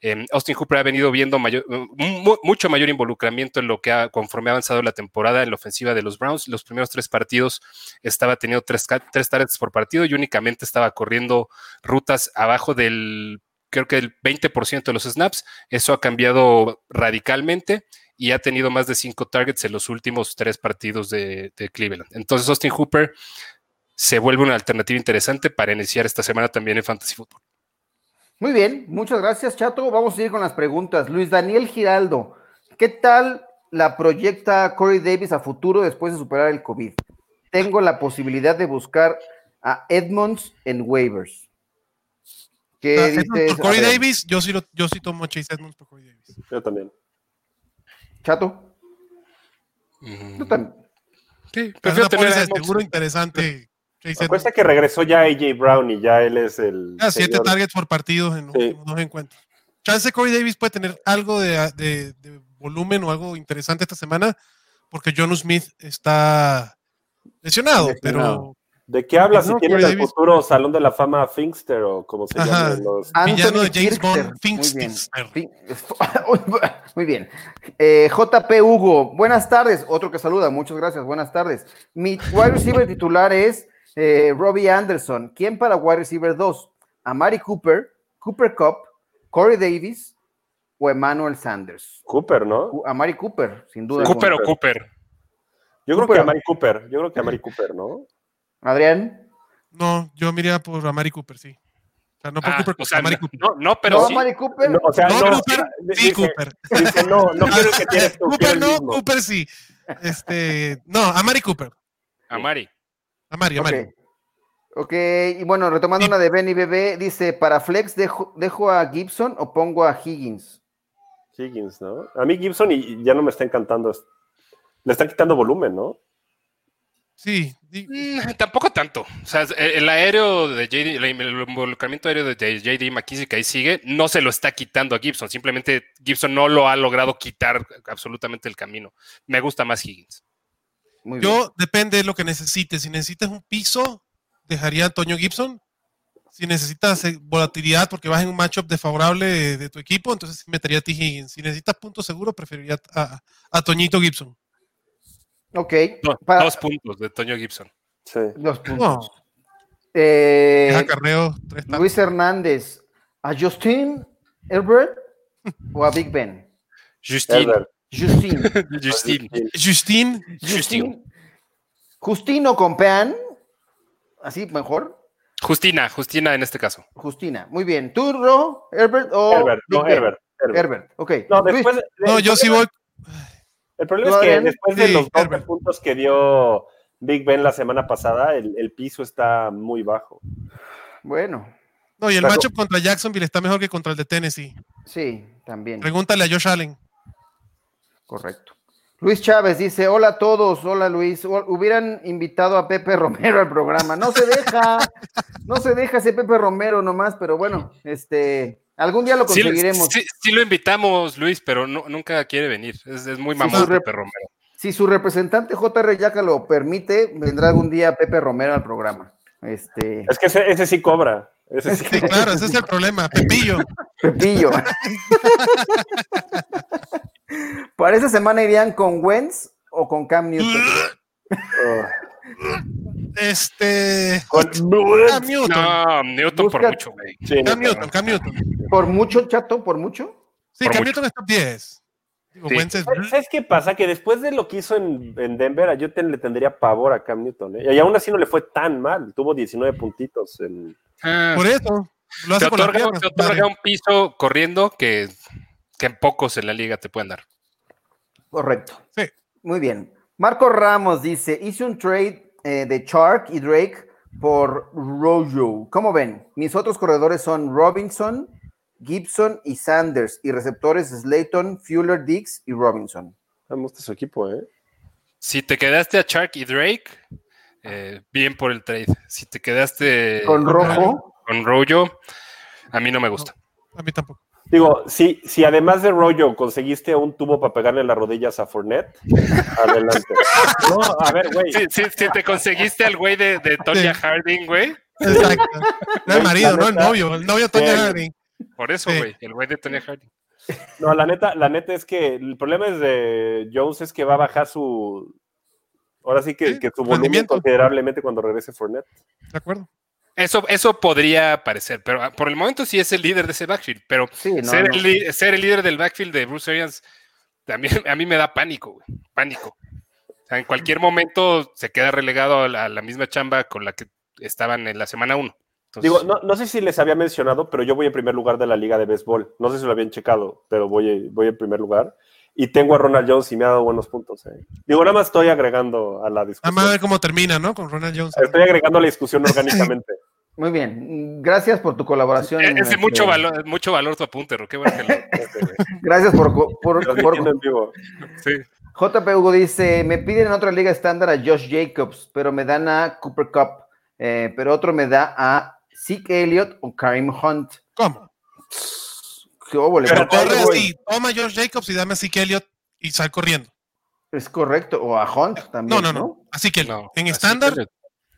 [SPEAKER 4] Em, Austin Hooper ha venido viendo mayor- mu- mucho mayor involucramiento en lo que ha, conforme ha avanzado la temporada en la ofensiva de los Browns. Los primeros tres partidos estaba teniendo tres, ca- tres targets por partido y únicamente estaba corriendo rutas abajo del, creo que el 20% de los snaps. Eso ha cambiado radicalmente y ha tenido más de cinco targets en los últimos tres partidos de, de Cleveland. Entonces Austin Hooper se vuelve una alternativa interesante para iniciar esta semana también en Fantasy Football.
[SPEAKER 3] Muy bien, muchas gracias, Chato. Vamos a ir con las preguntas. Luis Daniel Giraldo, ¿qué tal la proyecta Corey Davis a futuro después de superar el COVID? Tengo la posibilidad de buscar a Edmonds en waivers. ¿Qué
[SPEAKER 6] Ah,
[SPEAKER 3] dices?
[SPEAKER 6] Edmonds por Corey
[SPEAKER 3] A ver,
[SPEAKER 6] Davis, yo sí, lo- yo sí tomo a Chase Edmonds por Corey Davis.
[SPEAKER 2] Yo también.
[SPEAKER 3] Chato,
[SPEAKER 4] Mm.
[SPEAKER 3] tú también.
[SPEAKER 4] Sí,
[SPEAKER 6] Es
[SPEAKER 4] prefiero
[SPEAKER 6] una
[SPEAKER 4] tener a
[SPEAKER 6] póliza de
[SPEAKER 4] Edmonds.
[SPEAKER 6] seguro interesante. Chase Edmonds.
[SPEAKER 2] Acuérdate que regresó ya AJ Brown y ya él es el.
[SPEAKER 6] Ah, siete
[SPEAKER 2] señor.
[SPEAKER 6] targets por partido en los
[SPEAKER 2] Sí.
[SPEAKER 6] últimos dos encuentros. Chance Corey Davis puede tener algo de, ah, de- de volumen o algo interesante esta semana, porque John Smith está lesionado,
[SPEAKER 3] Lesionado.
[SPEAKER 2] ¿De qué hablas? Si
[SPEAKER 6] No,
[SPEAKER 2] tienen
[SPEAKER 6] Corey
[SPEAKER 2] el
[SPEAKER 6] Davis.
[SPEAKER 2] futuro Salón de la Fama Finkster o como se
[SPEAKER 6] Ajá.
[SPEAKER 2] llaman los.
[SPEAKER 3] Ah.
[SPEAKER 6] Villano de James
[SPEAKER 3] Kirkster.
[SPEAKER 6] Bond, Finster.
[SPEAKER 3] Muy bien. Fin- <laughs> Muy bien. Eh, JP Hugo, buenas tardes. Otro que saluda, muchas gracias, buenas tardes. Mi wide receiver titular es eh, Robbie Anderson. ¿Quién para wide receiver 2? Amari Cooper, Cooper Cup, Corey Davis o Emmanuel Sanders.
[SPEAKER 2] Cooper, ¿no?
[SPEAKER 3] Cu- Amari Cooper, sin duda.
[SPEAKER 4] Cooper o
[SPEAKER 3] alguna.
[SPEAKER 6] pues,
[SPEAKER 4] Cooper.
[SPEAKER 2] Yo creo
[SPEAKER 3] Cooper.
[SPEAKER 2] que a Mari Cooper. Yo creo que a Mari
[SPEAKER 6] <laughs>
[SPEAKER 2] Cooper, ¿no?
[SPEAKER 3] Adrián.
[SPEAKER 6] No, yo miraría por Amari Cooper, sí. O sea, no por
[SPEAKER 4] Ah,
[SPEAKER 6] Cooper,
[SPEAKER 4] o
[SPEAKER 6] por
[SPEAKER 4] sea,
[SPEAKER 6] Amari
[SPEAKER 4] no-
[SPEAKER 6] Cooper.
[SPEAKER 4] no, no, pero
[SPEAKER 3] no,
[SPEAKER 4] sí.
[SPEAKER 3] Amari Cooper.
[SPEAKER 2] No, o sea,
[SPEAKER 6] No,
[SPEAKER 2] no.
[SPEAKER 6] Cooper,
[SPEAKER 2] d-
[SPEAKER 6] sí,
[SPEAKER 2] dice-
[SPEAKER 6] Cooper.
[SPEAKER 2] dice, no,
[SPEAKER 6] <laughs>
[SPEAKER 2] no quiero que tienes tú. quiero
[SPEAKER 6] Cooper
[SPEAKER 2] el
[SPEAKER 6] no,
[SPEAKER 2] mismo.
[SPEAKER 6] Cooper sí. Este, no, Amari Cooper.
[SPEAKER 4] Amari.
[SPEAKER 6] Amari, Amari.
[SPEAKER 3] Ok. Ok, y bueno, retomando una de Benny Bebé, dice, para Flex dejo, dejo a Gibson o pongo a Higgins.
[SPEAKER 2] Higgins, ¿no? A mí Gibson y- y ya no me está encantando. Es- Le están quitando volumen, ¿no?
[SPEAKER 6] Sí, di-
[SPEAKER 4] Mm, tampoco tanto. O sea, e, el, el aéreo de JD, el, el involucramiento aéreo de JD McKissick que ahí sigue, no se lo está quitando a Gibson. Simplemente Gibson no lo ha logrado quitar absolutamente el camino. Me gusta más Higgins.
[SPEAKER 3] Muy bien.
[SPEAKER 6] Yo depende de lo que necesites. Si necesitas un piso, dejaría a Antonio Gibson. Si necesitas eh, volatilidad porque vas en un matchup desfavorable de, de tu equipo, entonces metería a T. Higgins. Si necesitas puntos seguros, preferiría a, a- a Toñito Gibson.
[SPEAKER 3] Ok,
[SPEAKER 4] Do-
[SPEAKER 3] para-
[SPEAKER 4] Dos puntos de Toño Gibson.
[SPEAKER 2] Sí.
[SPEAKER 3] Dos puntos.
[SPEAKER 6] No,
[SPEAKER 3] Eh,
[SPEAKER 6] es acarreo, tres targets.
[SPEAKER 3] Luis Hernández, ¿a Justin Herbert o a Big Ben?
[SPEAKER 4] Justin.
[SPEAKER 2] Herbert.
[SPEAKER 3] Justin.
[SPEAKER 4] <laughs> Justin.
[SPEAKER 6] Justin,
[SPEAKER 4] Eh, Justin.
[SPEAKER 3] Justino con Pean. Así mejor.
[SPEAKER 4] Justina, Justina en este caso.
[SPEAKER 3] Justina. Muy bien. ¿Turro, Herbert o.
[SPEAKER 6] Oh,
[SPEAKER 2] Herbert, no,
[SPEAKER 3] Big Ben?
[SPEAKER 2] Herbert. Herbert.
[SPEAKER 3] Herbert, ok.
[SPEAKER 2] No,
[SPEAKER 3] Luis,
[SPEAKER 2] después.
[SPEAKER 6] no, yo sí voy,
[SPEAKER 2] El problema es que
[SPEAKER 3] Adrián?
[SPEAKER 2] después de
[SPEAKER 6] Sí,
[SPEAKER 2] los 12
[SPEAKER 6] Herbert.
[SPEAKER 2] puntos que dio Big Ben la semana pasada, el, el piso está muy bajo.
[SPEAKER 3] Bueno,
[SPEAKER 6] No, y el
[SPEAKER 2] Claro.
[SPEAKER 6] matchup contra Jacksonville está mejor que contra el de Tennessee.
[SPEAKER 3] sí, también.
[SPEAKER 6] Pregúntale a Josh Allen.
[SPEAKER 3] Correcto. Luis Chávez dice, hola a todos, hola Luis, Hu- hubieran invitado a Pepe <laughs> Romero al programa, no se deja, no se deja ese Pepe Romero nomás, pero bueno, este, algún día lo
[SPEAKER 4] Sí,
[SPEAKER 3] conseguiremos.
[SPEAKER 4] sí- sí lo invitamos, Luis, pero no- nunca quiere venir. Es, es muy este mamón,
[SPEAKER 3] su rep-
[SPEAKER 4] Pepe Romero.
[SPEAKER 3] Si su representante JR Yaca lo permite, vendrá algún día Pepe Romero al programa. Este,
[SPEAKER 2] Es que ese, ese sí cobra.
[SPEAKER 6] <laughs>
[SPEAKER 2] Ese sí.
[SPEAKER 6] Sí, claro, ese es el problema. Pepillo.
[SPEAKER 3] Pepillo. <laughs> Para esa semana irían con Wentz o con Cam
[SPEAKER 4] <laughs>
[SPEAKER 3] Newton.
[SPEAKER 2] oh.
[SPEAKER 6] Este. <laughs>
[SPEAKER 2] Con-
[SPEAKER 6] Cam Newton.
[SPEAKER 4] No, Newton por
[SPEAKER 3] Busca-
[SPEAKER 4] mucho, güey.
[SPEAKER 2] Sí,
[SPEAKER 6] Cam
[SPEAKER 2] neta.
[SPEAKER 6] Newton, Cam Newton.
[SPEAKER 3] Por mucho, chato, por mucho.
[SPEAKER 6] Sí,
[SPEAKER 4] Por
[SPEAKER 6] Cam
[SPEAKER 4] mucho.
[SPEAKER 6] Newton es top 10. Digo,
[SPEAKER 4] Sí.
[SPEAKER 6] Wentz es-
[SPEAKER 2] ¿Sabes qué pasa? Que después de lo que hizo en, en Denver, yo te- le tendría pavor a Cam Newton. ¿eh? Y aún así no le fue tan mal. Tuvo 19 puntitos. En...
[SPEAKER 4] Ah,
[SPEAKER 6] Por eso. Lo
[SPEAKER 4] te
[SPEAKER 6] hace con las
[SPEAKER 4] otorga,
[SPEAKER 6] piernas,
[SPEAKER 4] te otorga
[SPEAKER 6] madre.
[SPEAKER 4] un piso corriendo que, que pocos en la liga te pueden dar.
[SPEAKER 3] Correcto.
[SPEAKER 6] Sí.
[SPEAKER 3] Muy bien. Marco Ramos dice: Hice un trade eh, de Chark y Drake por Rojo. ¿Cómo ven? Mis otros corredores son Robinson, Gibson y Sanders. Y receptores Slayton, Fuller, Dix y Robinson.
[SPEAKER 2] Ah, Me gusta su equipo, ¿eh?
[SPEAKER 4] Si te quedaste a Shark y Drake, eh, bien por el trade. Si te quedaste
[SPEAKER 3] Con rojo.
[SPEAKER 4] con Rojo, a mí no me gusta.
[SPEAKER 6] A mí tampoco.
[SPEAKER 2] Digo, si, si además de Royo conseguiste un tubo para pegarle las rodillas a Fournette, <laughs> adelante. No, a ver, güey.
[SPEAKER 4] Si, si- si te conseguiste al güey de, de Tonya
[SPEAKER 6] Sí.
[SPEAKER 4] Harding, güey,
[SPEAKER 6] Exacto. No el
[SPEAKER 2] La
[SPEAKER 6] marido, no el
[SPEAKER 2] neta.
[SPEAKER 6] novio. El novio Toño
[SPEAKER 2] Sí.
[SPEAKER 6] Harding.
[SPEAKER 4] por eso,
[SPEAKER 6] Sí.
[SPEAKER 4] güey, el güey de Tonya Harding.
[SPEAKER 2] No, la neta, la neta es que el problema es de Jones es que va a bajar su. Ahora sí que,
[SPEAKER 6] Sí,
[SPEAKER 2] que su volumen
[SPEAKER 6] rendimiento.
[SPEAKER 2] considerablemente cuando regrese Fournette.
[SPEAKER 6] De acuerdo.
[SPEAKER 4] Eso, eso podría parecer, pero ah, por el momento sí es el líder de ese backfield, pero
[SPEAKER 3] Sí, no,
[SPEAKER 4] ser,
[SPEAKER 3] no.
[SPEAKER 4] El, li- ser el líder del backfield de Bruce Arians también a mí me da pánico, güey, pánico. O sea, en cualquier momento se queda relegado a la, a la misma chamba con la que estaban en la semana 1.
[SPEAKER 6] Pues
[SPEAKER 2] Digo, no, no sé si les había mencionado, pero yo voy en primer lugar de la liga de béisbol. No sé si lo habían checado, pero voy, voy en primer lugar. Y tengo a Ronald Jones y me ha dado buenos puntos. ¿eh? Digo, nada más estoy agregando a la
[SPEAKER 6] Nada más a
[SPEAKER 2] discusión.
[SPEAKER 6] ver cómo termina, ¿no? Con Ronald Jones.
[SPEAKER 2] Estoy agregando a la discusión
[SPEAKER 6] <laughs>
[SPEAKER 2] orgánicamente.
[SPEAKER 3] Muy bien. Gracias por tu colaboración.
[SPEAKER 4] e, es, es de
[SPEAKER 3] este,
[SPEAKER 4] mucho valor, mucho valor tu apunte, Ro, qué bueno que
[SPEAKER 6] <laughs>
[SPEAKER 4] lo-
[SPEAKER 3] Gracias por. co- por- por-
[SPEAKER 2] Transmitiendo Este, en vivo.
[SPEAKER 4] sí.
[SPEAKER 3] JP Hugo dice, me piden en otra liga estándar a Josh Jacobs, pero me dan a Cooper Cup, eh, pero otro me da a Zeke Elliott o Karim Hunt.
[SPEAKER 6] ¿Cómo?
[SPEAKER 3] ¿Qué óvole,
[SPEAKER 2] Pero
[SPEAKER 3] papá?
[SPEAKER 6] Corre
[SPEAKER 2] voy.
[SPEAKER 6] así. Toma a George Jacobs y dame a Zeke Elliott y sal corriendo.
[SPEAKER 3] Es correcto, o a Hunt
[SPEAKER 6] No,
[SPEAKER 3] también.
[SPEAKER 6] no, no. Así que
[SPEAKER 4] No,
[SPEAKER 6] en
[SPEAKER 4] así
[SPEAKER 6] estándar,
[SPEAKER 4] que-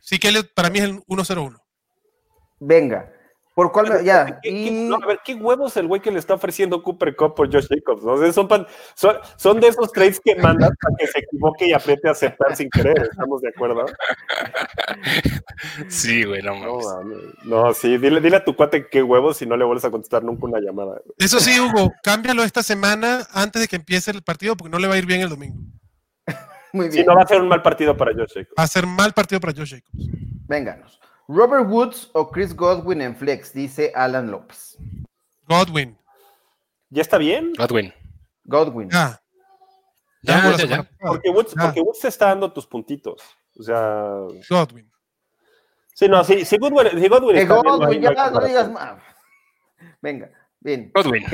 [SPEAKER 6] Zeke Elliott para mí es el 1-0-1.
[SPEAKER 3] Venga, ¿por cuál me- ya?
[SPEAKER 2] ¿Qué- qué-
[SPEAKER 3] y-
[SPEAKER 2] no, a ver, ¿qué huevos el güey que le está ofreciendo Cooper Cup por Josh Jacobs? no? O sea, son, pan- son, son de esos trades que mandas para que se equivoque y apriete a aceptar sin querer, ¿estamos de acuerdo?
[SPEAKER 4] Sí, güey, no
[SPEAKER 2] No,
[SPEAKER 4] mames.
[SPEAKER 2] mames. no sí, dile, dile a tu cuate qué huevos si no le vuelves a contestar nunca una llamada.
[SPEAKER 6] Eso sí, Hugo, cámbialo esta semana antes de que empiece el partido porque no le va a ir bien el domingo.
[SPEAKER 3] Muy
[SPEAKER 2] Si
[SPEAKER 3] bien,
[SPEAKER 2] no, va a ser un mal partido para Josh Jacobs.
[SPEAKER 6] Va a ser mal partido para Josh Jacobs.
[SPEAKER 3] vénganos. Robert Woods o Chris Godwin en flex, dice Alan López.
[SPEAKER 6] Godwin.
[SPEAKER 2] ¿Ya está bien?
[SPEAKER 4] Godwin.
[SPEAKER 3] Godwin.
[SPEAKER 2] Ah.
[SPEAKER 6] Ya.
[SPEAKER 4] Ya,
[SPEAKER 6] hubo
[SPEAKER 4] ya,
[SPEAKER 6] Ah, la
[SPEAKER 4] ya.
[SPEAKER 6] semana pasada.
[SPEAKER 2] Porque Woods,
[SPEAKER 6] Ah.
[SPEAKER 2] porque Woods te está dando tus puntitos. O sea,
[SPEAKER 6] Godwin.
[SPEAKER 2] sí, no, sí, sí, Goodwin, sí, Goodwin
[SPEAKER 3] Eh,
[SPEAKER 2] está bien, no hay-
[SPEAKER 3] Godwin,
[SPEAKER 2] no
[SPEAKER 3] ya
[SPEAKER 2] hay
[SPEAKER 3] no digas
[SPEAKER 2] comparación.
[SPEAKER 3] más. Venga, bien.
[SPEAKER 4] Godwin.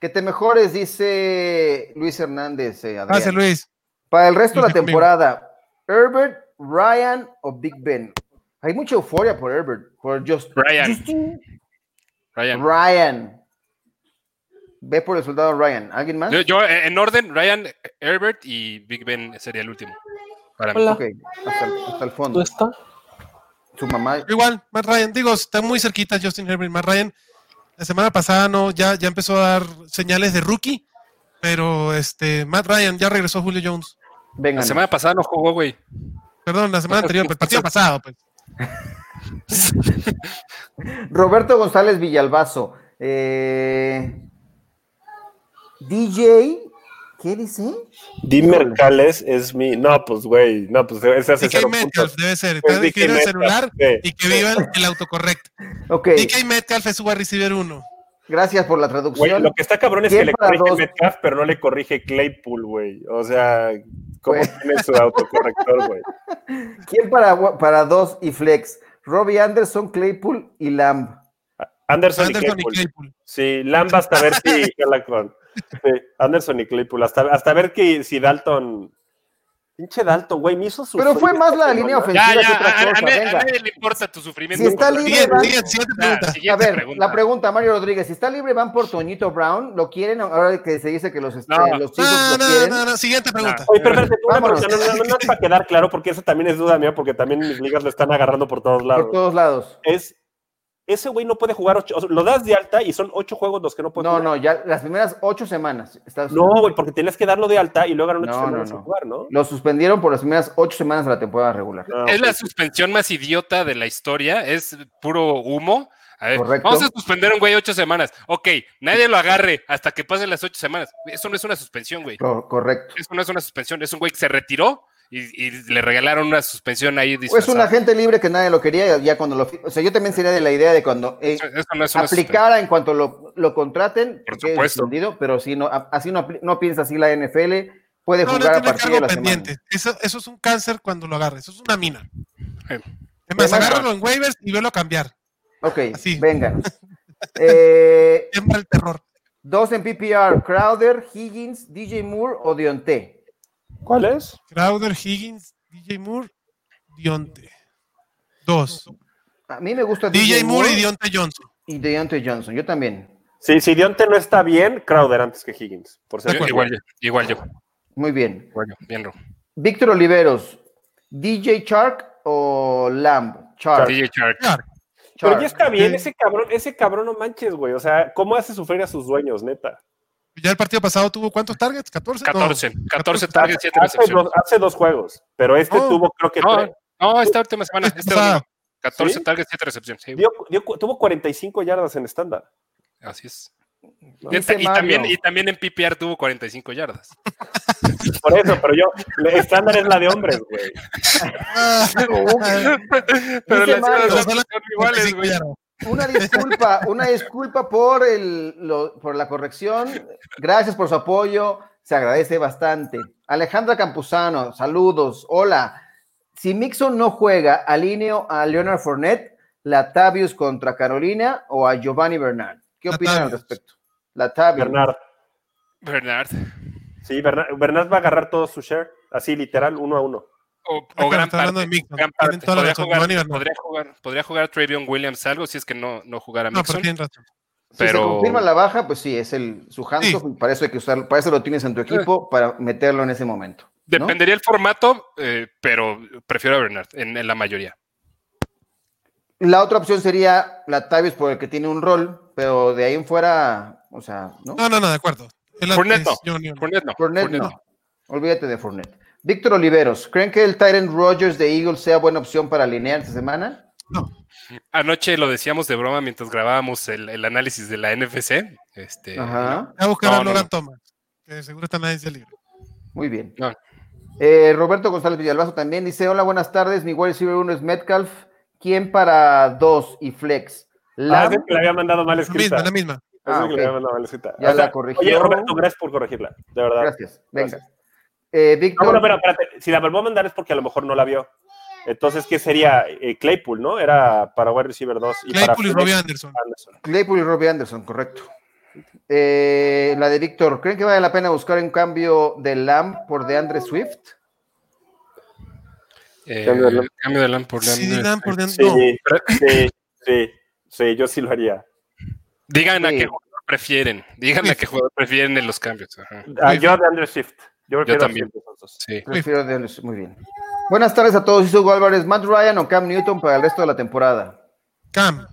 [SPEAKER 3] Que te mejores, dice Luis Hernández. eh, Adrián.
[SPEAKER 6] Gracias, Luis.
[SPEAKER 3] Para el
[SPEAKER 4] <laughs>
[SPEAKER 3] resto de la
[SPEAKER 6] Luis, conmigo.
[SPEAKER 3] temporada, Herbert, Ryan o Big Ben. Hay mucha euforia por Herbert, por Just-
[SPEAKER 4] Ryan.
[SPEAKER 3] Justin
[SPEAKER 4] Ryan.
[SPEAKER 3] Ryan. Ve por el soldado Ryan. ¿Alguien más?
[SPEAKER 4] Yo, yo, eh, en orden, Ryan, Herbert y Big Ben sería el último. Para mí.
[SPEAKER 3] Ok, hasta, el- hasta el fondo. Su mamá.
[SPEAKER 6] Igual, Matt Ryan. Digo, está muy cerquita Justin Herbert. Matt Ryan, la semana pasada no, ya, ya empezó a dar señales de rookie, pero este, Matt Ryan ya regresó Julio Jones.
[SPEAKER 3] Venga.
[SPEAKER 4] La semana pasada no jugó, güey.
[SPEAKER 6] Perdón, la semana anterior, pero el partido pasado, pues.
[SPEAKER 3] Roberto González Villalbazo. eh, DJ. ¿Qué dice?
[SPEAKER 2] Dimer Cales es mi. No, pues, güey. No, pues, ese hace
[SPEAKER 6] DK
[SPEAKER 2] cero
[SPEAKER 6] Metcalf
[SPEAKER 2] puntos.
[SPEAKER 6] debe ser.
[SPEAKER 2] Es
[SPEAKER 6] Está
[SPEAKER 2] DK
[SPEAKER 6] escribiendo el
[SPEAKER 2] Metcalf,
[SPEAKER 6] celular
[SPEAKER 2] sí.
[SPEAKER 6] y que viva el, el autocorrecto.
[SPEAKER 3] Ok.
[SPEAKER 6] DK Metcalf es su wide receiver 1.
[SPEAKER 3] Gracias por la
[SPEAKER 2] Güey,
[SPEAKER 3] traducción.
[SPEAKER 2] lo que está cabrón es
[SPEAKER 3] Bien
[SPEAKER 2] que le
[SPEAKER 3] para
[SPEAKER 2] corrige
[SPEAKER 3] dos.
[SPEAKER 2] Metcalf, pero no le corrige Claypool, güey. O sea, ¿cómo
[SPEAKER 3] Güey.
[SPEAKER 2] tiene su autocorrector, güey?
[SPEAKER 3] ¿Quién para, para dos y flex? Robbie Anderson, Claypool y Lamb.
[SPEAKER 2] Anderson, y
[SPEAKER 6] Anderson y
[SPEAKER 2] Claypool.
[SPEAKER 6] Claypool.
[SPEAKER 2] Sí, Lamba hasta ver si
[SPEAKER 3] <laughs>
[SPEAKER 2] jala con- sí, Anderson y Claypool. Hasta, hasta ver que, si Dalton. Pinche Dalton, güey, me hizo su. este
[SPEAKER 3] Pero fue más la línea ofensiva
[SPEAKER 4] Ya,
[SPEAKER 3] que
[SPEAKER 4] ya,
[SPEAKER 3] otra
[SPEAKER 4] a, a-
[SPEAKER 3] cosa.
[SPEAKER 4] a nadie- a
[SPEAKER 3] venga.
[SPEAKER 4] nadie le importa tu sufrimiento.
[SPEAKER 3] Si está
[SPEAKER 4] por
[SPEAKER 3] libre,
[SPEAKER 4] favor.
[SPEAKER 3] va-
[SPEAKER 6] Siguiente, siguiente
[SPEAKER 4] Ya,
[SPEAKER 6] pregunta.
[SPEAKER 4] siguiente
[SPEAKER 3] A ver,
[SPEAKER 4] pregunta.
[SPEAKER 3] la pregunta, Mario Rodríguez. Si está libre, van por Toñito Brown. ¿Lo quieren ahora que se dice que los, este,
[SPEAKER 4] No.
[SPEAKER 3] los Chiefs
[SPEAKER 6] No,
[SPEAKER 3] lo
[SPEAKER 6] no,
[SPEAKER 3] quieren?
[SPEAKER 6] no, no, siguiente pregunta.
[SPEAKER 2] Oye, pero espérate, una
[SPEAKER 3] Vámonos.
[SPEAKER 2] pregunta, no, no, no es para quedar claro, porque eso también es duda mía, porque también mis ligas lo están agarrando por todos lados.
[SPEAKER 3] Por todos lados.
[SPEAKER 2] Es. Ese güey no puede jugar ocho. o sea, lo das de alta y son ocho juegos los que no puede
[SPEAKER 3] No,
[SPEAKER 2] jugar.
[SPEAKER 3] no, ya las primeras ocho semanas. Estás-
[SPEAKER 2] No, güey, porque tienes que darlo de alta y luego eran ocho
[SPEAKER 3] No,
[SPEAKER 2] semanas
[SPEAKER 3] no,
[SPEAKER 2] sin
[SPEAKER 3] no.
[SPEAKER 2] jugar, ¿no?
[SPEAKER 3] Lo suspendieron por las primeras ocho semanas de la temporada regular.
[SPEAKER 2] No,
[SPEAKER 4] Es la
[SPEAKER 2] pues,
[SPEAKER 4] suspensión más idiota de la historia, es puro humo. A ver,
[SPEAKER 3] Correcto.
[SPEAKER 4] vamos a suspender a un güey ocho semanas. Ok, nadie lo agarre hasta que pasen las ocho semanas. Eso no es una suspensión, güey.
[SPEAKER 3] Cor- correcto.
[SPEAKER 4] Eso no es una suspensión. Es un güey que se retiró y, y le regalaron una suspensión ahí.
[SPEAKER 3] Es un
[SPEAKER 4] disfrazada.
[SPEAKER 3] agente Pues libre que nadie lo quería. Ya cuando lo. fi- O sea, yo también sería de la idea de cuando. eh,
[SPEAKER 4] Eso- eso no es una suspensión.
[SPEAKER 3] aplicara en cuanto lo, lo contraten,
[SPEAKER 4] Por
[SPEAKER 3] quede
[SPEAKER 4] supuesto.
[SPEAKER 3] suspendido, pero si no, a- así no, apli- no piensa así la NFL, puede
[SPEAKER 6] No, no
[SPEAKER 3] jugar a
[SPEAKER 6] tiene
[SPEAKER 3] partir de
[SPEAKER 6] cargo
[SPEAKER 3] la
[SPEAKER 6] pendiente.
[SPEAKER 3] semana.
[SPEAKER 6] Eso, eso es un cáncer cuando lo agarres. Eso es una mina.
[SPEAKER 4] Eh.
[SPEAKER 6] Es más,
[SPEAKER 3] Bueno.
[SPEAKER 6] agárralo en waivers y velo a cambiar.
[SPEAKER 3] Ok,
[SPEAKER 6] Así. <laughs>
[SPEAKER 3] venga. Eh,
[SPEAKER 6] Es mal el terror.
[SPEAKER 3] dos en PPR, Crowder, Higgins, DJ Moore o Dionte.
[SPEAKER 2] ¿Cuál es?
[SPEAKER 6] Crowder, Higgins, DJ Moore, Dionte. Dos.
[SPEAKER 3] A mí me gusta
[SPEAKER 6] DJ Moore y Dionte Johnson.
[SPEAKER 3] y Deontay Johnson, yo también.
[SPEAKER 2] Sí, si Dionte no está bien, Crowder antes que Higgins. Por
[SPEAKER 4] Yo-
[SPEAKER 6] De
[SPEAKER 2] ser
[SPEAKER 6] acuerdo.
[SPEAKER 4] Igual yo, igual yo.
[SPEAKER 3] Muy bien.
[SPEAKER 4] igual yo. Bien, Ro.
[SPEAKER 3] Víctor Oliveros, DJ Shark o Lamb. Shark.
[SPEAKER 4] DJ Shark.
[SPEAKER 6] Claro.
[SPEAKER 2] Pero
[SPEAKER 3] Shark.
[SPEAKER 2] ya está bien,
[SPEAKER 6] Sí.
[SPEAKER 2] ese cabrón, ese cabrón no manches, güey. O sea, ¿cómo hace sufrir a sus dueños, neta?
[SPEAKER 6] Ya el partido pasado tuvo cuántos targets? ¿14? No.
[SPEAKER 4] 14. 14
[SPEAKER 2] Hace,
[SPEAKER 4] targets, 7 recepciones.
[SPEAKER 2] dos, hace dos juegos, pero este
[SPEAKER 6] No.
[SPEAKER 2] tuvo, creo que
[SPEAKER 4] No,
[SPEAKER 2] tres.
[SPEAKER 4] no, esta última semana.
[SPEAKER 6] Esta
[SPEAKER 4] este
[SPEAKER 6] pasada.
[SPEAKER 4] domingo. 14
[SPEAKER 2] ¿Sí?
[SPEAKER 4] targets, 7 recepciones. Sí,
[SPEAKER 2] Dio- dio cu- tuvo 45 yardas en estándar.
[SPEAKER 4] así es.
[SPEAKER 3] No.
[SPEAKER 4] Y,
[SPEAKER 3] Dice
[SPEAKER 4] y también,
[SPEAKER 3] Mario.
[SPEAKER 4] y también en PPR tuvo 45 yardas.
[SPEAKER 2] Por eso, pero yo, el estándar es la de hombres, güey.
[SPEAKER 6] Ah,
[SPEAKER 4] Pero las
[SPEAKER 3] Mario.
[SPEAKER 4] yardas
[SPEAKER 6] Solo
[SPEAKER 4] son iguales,
[SPEAKER 6] 45
[SPEAKER 4] güey.
[SPEAKER 6] yardas.
[SPEAKER 3] Una disculpa, una disculpa por, el, lo- por la corrección. Gracias por su apoyo, se agradece bastante. Alejandra Campuzano, saludos, hola. Si Mixon no juega, alineo a Leonard Fournette, Latavius contra Carolina o a Giovanni Bernard. ¿Qué opinan al
[SPEAKER 6] Latavius.
[SPEAKER 3] respecto? Latavius.
[SPEAKER 2] Bernard.
[SPEAKER 4] Bernard.
[SPEAKER 2] Sí, Bernard, Bernard va a agarrar todo su share, así literal, uno a uno.
[SPEAKER 4] O,
[SPEAKER 6] Ah,
[SPEAKER 4] o gran
[SPEAKER 6] está hablando
[SPEAKER 4] parte.
[SPEAKER 6] de Mixon.
[SPEAKER 4] gran
[SPEAKER 6] Tienen
[SPEAKER 4] parte.
[SPEAKER 6] toda la
[SPEAKER 4] Podría
[SPEAKER 6] razón,
[SPEAKER 4] jugar-
[SPEAKER 6] Giovanni Bernard.
[SPEAKER 4] Podría jugar, podría jugar Trevion Williams algo si es que no, no jugara
[SPEAKER 6] No, pero
[SPEAKER 4] Mixon.
[SPEAKER 6] tienen razón.
[SPEAKER 3] Si se
[SPEAKER 4] pero-
[SPEAKER 3] confirma la baja, pues sí, es el, su handcuff,
[SPEAKER 6] Sí.
[SPEAKER 3] y para eso hay que usarlo, para eso lo tienes en tu equipo, para meterlo en ese momento. ¿no?
[SPEAKER 4] Dependería el formato, eh, pero prefiero a Bernard en, en la mayoría.
[SPEAKER 3] La otra opción sería Latavius por el que tiene un rol, pero de ahí en fuera, o sea, ¿no?
[SPEAKER 6] No, no, no, de acuerdo. Es la-
[SPEAKER 4] Fournette
[SPEAKER 6] es
[SPEAKER 4] no.
[SPEAKER 6] John Leonard.
[SPEAKER 4] Fournette no.
[SPEAKER 3] Fournette
[SPEAKER 4] Fournette
[SPEAKER 3] no. Olvídate de Fournette. Víctor Oliveros, ¿creen que el Tyrant Rogers de Eagles sea buena opción para alinear esta semana?
[SPEAKER 4] Anoche lo decíamos de broma mientras grabábamos el, el análisis de la NFC. Este,
[SPEAKER 3] Ajá,
[SPEAKER 6] Voy a buscar
[SPEAKER 4] No,
[SPEAKER 6] a
[SPEAKER 4] no,
[SPEAKER 6] Logan
[SPEAKER 4] no.
[SPEAKER 6] Thomas, que seguro está en la agencia libre.
[SPEAKER 3] muy bien.
[SPEAKER 4] No.
[SPEAKER 3] Eh, Roberto González Villalbazo también dice, hola, buenas tardes, mi wide receiver 1 es Metcalf, ¿quién para 2 y Flex?
[SPEAKER 2] La
[SPEAKER 3] Lam,
[SPEAKER 2] Ah, que le había mandado mal
[SPEAKER 6] La misma,
[SPEAKER 2] escrita.
[SPEAKER 6] la misma.
[SPEAKER 2] Esa
[SPEAKER 3] Ah,
[SPEAKER 2] es que
[SPEAKER 3] ok.
[SPEAKER 2] le había mandado mal escrita.
[SPEAKER 3] Ya
[SPEAKER 2] O sea,
[SPEAKER 3] la corrigió.
[SPEAKER 2] Oye, Roberto, gracias por corregirla, de verdad.
[SPEAKER 3] Gracias, venga.
[SPEAKER 2] Gracias.
[SPEAKER 3] Eh,
[SPEAKER 2] No, bueno,
[SPEAKER 3] Víctor,
[SPEAKER 2] pero espérate, si la volvó a mandar es porque a lo mejor no la vio. Entonces, ¿qué sería? Eh, Claypool, ¿no? Era para wide receiver 2 y
[SPEAKER 6] Claypool y
[SPEAKER 2] para
[SPEAKER 6] Robbie Anderson.
[SPEAKER 2] Anderson.
[SPEAKER 3] Claypool y Robbie Anderson, correcto. Eh, la de Víctor, ¿creen que vale la pena buscar un cambio de Lamb por DeAndre Swift?
[SPEAKER 4] eh,
[SPEAKER 2] Cambio de Lamb.
[SPEAKER 4] cambio de Lamb por
[SPEAKER 6] Sí,
[SPEAKER 4] Lamb.
[SPEAKER 6] Dan por
[SPEAKER 2] Sí,
[SPEAKER 6] dentro.
[SPEAKER 2] sí, sí, sí, yo sí lo haría.
[SPEAKER 4] Digan a
[SPEAKER 3] Sí.
[SPEAKER 4] qué jugador prefieren. Digan a qué jugador prefieren en los cambios. Ajá.
[SPEAKER 2] Ah, yo de Andrew Shift. Yo, prefiero a
[SPEAKER 4] también.
[SPEAKER 2] Swift de esos dos.
[SPEAKER 4] Sí.
[SPEAKER 3] Prefiero DeAndre Swift, muy bien. Buenas tardes a todos, soy Hugo Álvarez, Matt Ryan o Cam Newton para el resto de la temporada.
[SPEAKER 6] Cam.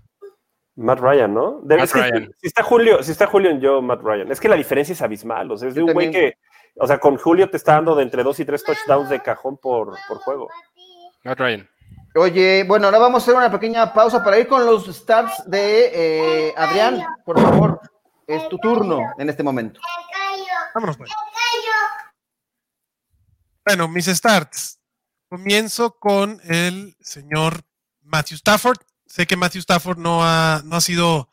[SPEAKER 2] Matt Ryan, ¿no? De-
[SPEAKER 4] Matt
[SPEAKER 2] es que
[SPEAKER 4] Ryan.
[SPEAKER 2] Si está Julio, si está Julio en yo, Matt Ryan. Es que la diferencia es abismal. O sea, es de
[SPEAKER 3] Yo
[SPEAKER 2] un güey
[SPEAKER 3] también.
[SPEAKER 2] que, o sea, con Julio te está dando de entre dos y tres touchdowns de cajón por, por juego.
[SPEAKER 4] Matt Ryan.
[SPEAKER 3] Oye, bueno, ahora vamos a hacer una pequeña pausa para ir con los starts de eh, Adrián, por favor. Es tu turno en este momento.
[SPEAKER 6] Vámonos, pues. Bueno, mis starts. Comienzo con el señor Matthew Stafford. Sé que Matthew Stafford no ha, no ha sido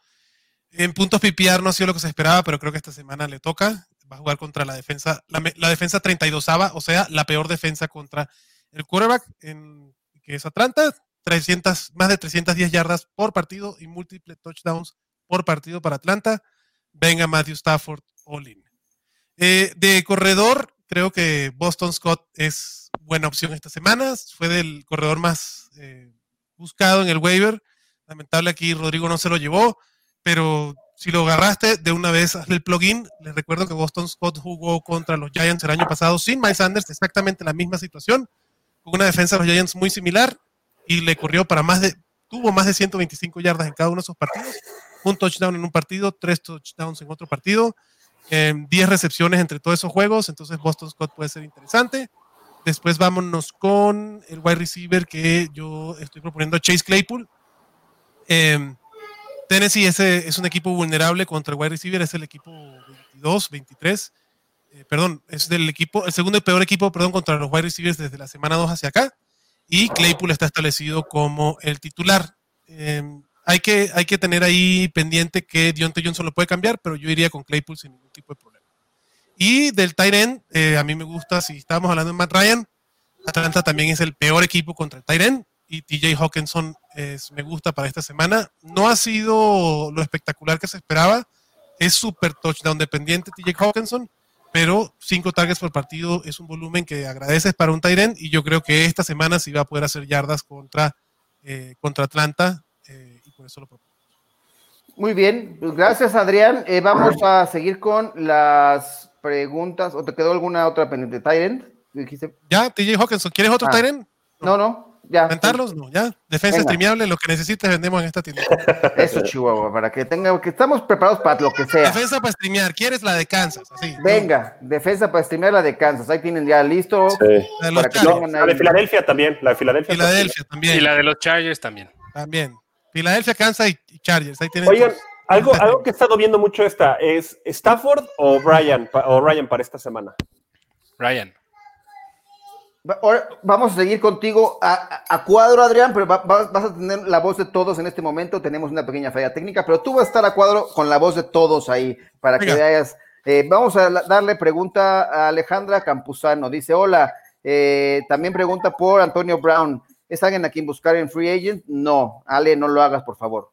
[SPEAKER 6] eh, En puntos PPR no ha sido lo que se esperaba, pero creo que esta semana le toca. Va a jugar contra la defensa, la, me- la defensa 32ava, o sea, la peor defensa contra el quarterback, en, que es Atlanta. 300, más de 310 yardas por partido y múltiples touchdowns por partido para Atlanta. Venga Matthew Stafford, all in. Eh, de corredor, creo que Boston Scott es buena opción esta semana. Fue del corredor más eh, buscado en el waiver. Lamentable aquí Rodrigo no se lo llevó, pero si lo agarraste de una vez hazle el plugin. Les recuerdo que Boston Scott jugó contra los Giants el año pasado sin Miles Sanders, exactamente la misma situación, con una defensa de los Giants muy similar y le corrió para más de, tuvo más de 125 yardas en cada uno de sus partidos, un touchdown en un partido, tres touchdowns en otro partido em, 10 recepciones entre todos esos juegos, entonces Boston Scott puede ser interesante. Después vámonos con el wide receiver que yo estoy proponiendo, Chase Claypool. Em, Tennessee ese es un equipo vulnerable contra el wide receiver, es el equipo 22, 23. eh, perdón, es del equipo, el segundo y peor equipo, perdón, contra los wide receivers desde la semana 2 hacia acá. Y Claypool está establecido como el titular. Em, hay, que, hay que tener ahí pendiente que Dionte Johnson lo puede cambiar, pero yo iría con Claypool sin ningún tipo de problema. Y del tight end, eh, a mí me gusta, si estábamos hablando de Matt Ryan, Atlanta también es el peor equipo contra el tight end, y TJ Hawkinson es, me gusta para esta semana. No ha sido lo espectacular que se esperaba, es súper touchdown dependiente TJ Hawkinson, pero cinco targets por partido es un volumen que agradeces para un tight end, y yo creo que esta semana sí va a poder hacer yardas contra, eh, contra Atlanta, eh, y por eso lo propongo.
[SPEAKER 3] Muy bien, pues gracias Adrián. Eh, vamos a seguir con las preguntas. ¿O te quedó alguna otra pendiente? Tyrant, dijiste.
[SPEAKER 6] ¿Ya, TJ Hawkinson? ¿Quieres otro
[SPEAKER 3] Ah.
[SPEAKER 6] tight end?
[SPEAKER 3] No, no, ya.
[SPEAKER 6] ¿Ventarlos? No, ya. Defensa
[SPEAKER 3] Venga.
[SPEAKER 6] streameable, lo que necesites vendemos en
[SPEAKER 3] <laughs>
[SPEAKER 6] esta tienda.
[SPEAKER 3] Eso, Chihuahua, para que tenga, que estamos preparados para lo que sea.
[SPEAKER 6] Defensa para streamear, ¿quieres la de Kansas? Así.
[SPEAKER 3] Venga, defensa para streamear la de Kansas. Ahí tienen ya listo.
[SPEAKER 2] Sí.
[SPEAKER 6] La de los
[SPEAKER 3] Para que
[SPEAKER 6] Cardinals.
[SPEAKER 2] No, la de Filadelfia también, la de Filadelfia.
[SPEAKER 6] Filadelfia
[SPEAKER 4] Y
[SPEAKER 6] también.
[SPEAKER 4] la de los Chargers también.
[SPEAKER 6] También. Filadelfia, Kansas y y Chargers. Ahí tienen. <laughs>
[SPEAKER 2] Oigan,
[SPEAKER 6] tus-
[SPEAKER 2] algo, algo que he estado viendo mucho esta es Stafford o Brian, pa- o Ryan para esta semana.
[SPEAKER 4] Ryan.
[SPEAKER 3] Va- Ahora vamos a seguir contigo a, a- a cuadro, Adrián, pero va- va- vas a tener la voz de todos en este momento. Tenemos una pequeña falla técnica, pero tú vas a estar a cuadro con la voz de todos ahí para que
[SPEAKER 6] Venga.
[SPEAKER 3] veas. Eh, vamos a la- darle pregunta a Alejandra Campuzano. Dice, hola, eh, también pregunta por Antonio Brown. ¿Es alguien a quien buscar en Free Agent? No, Ale, no lo hagas, por favor.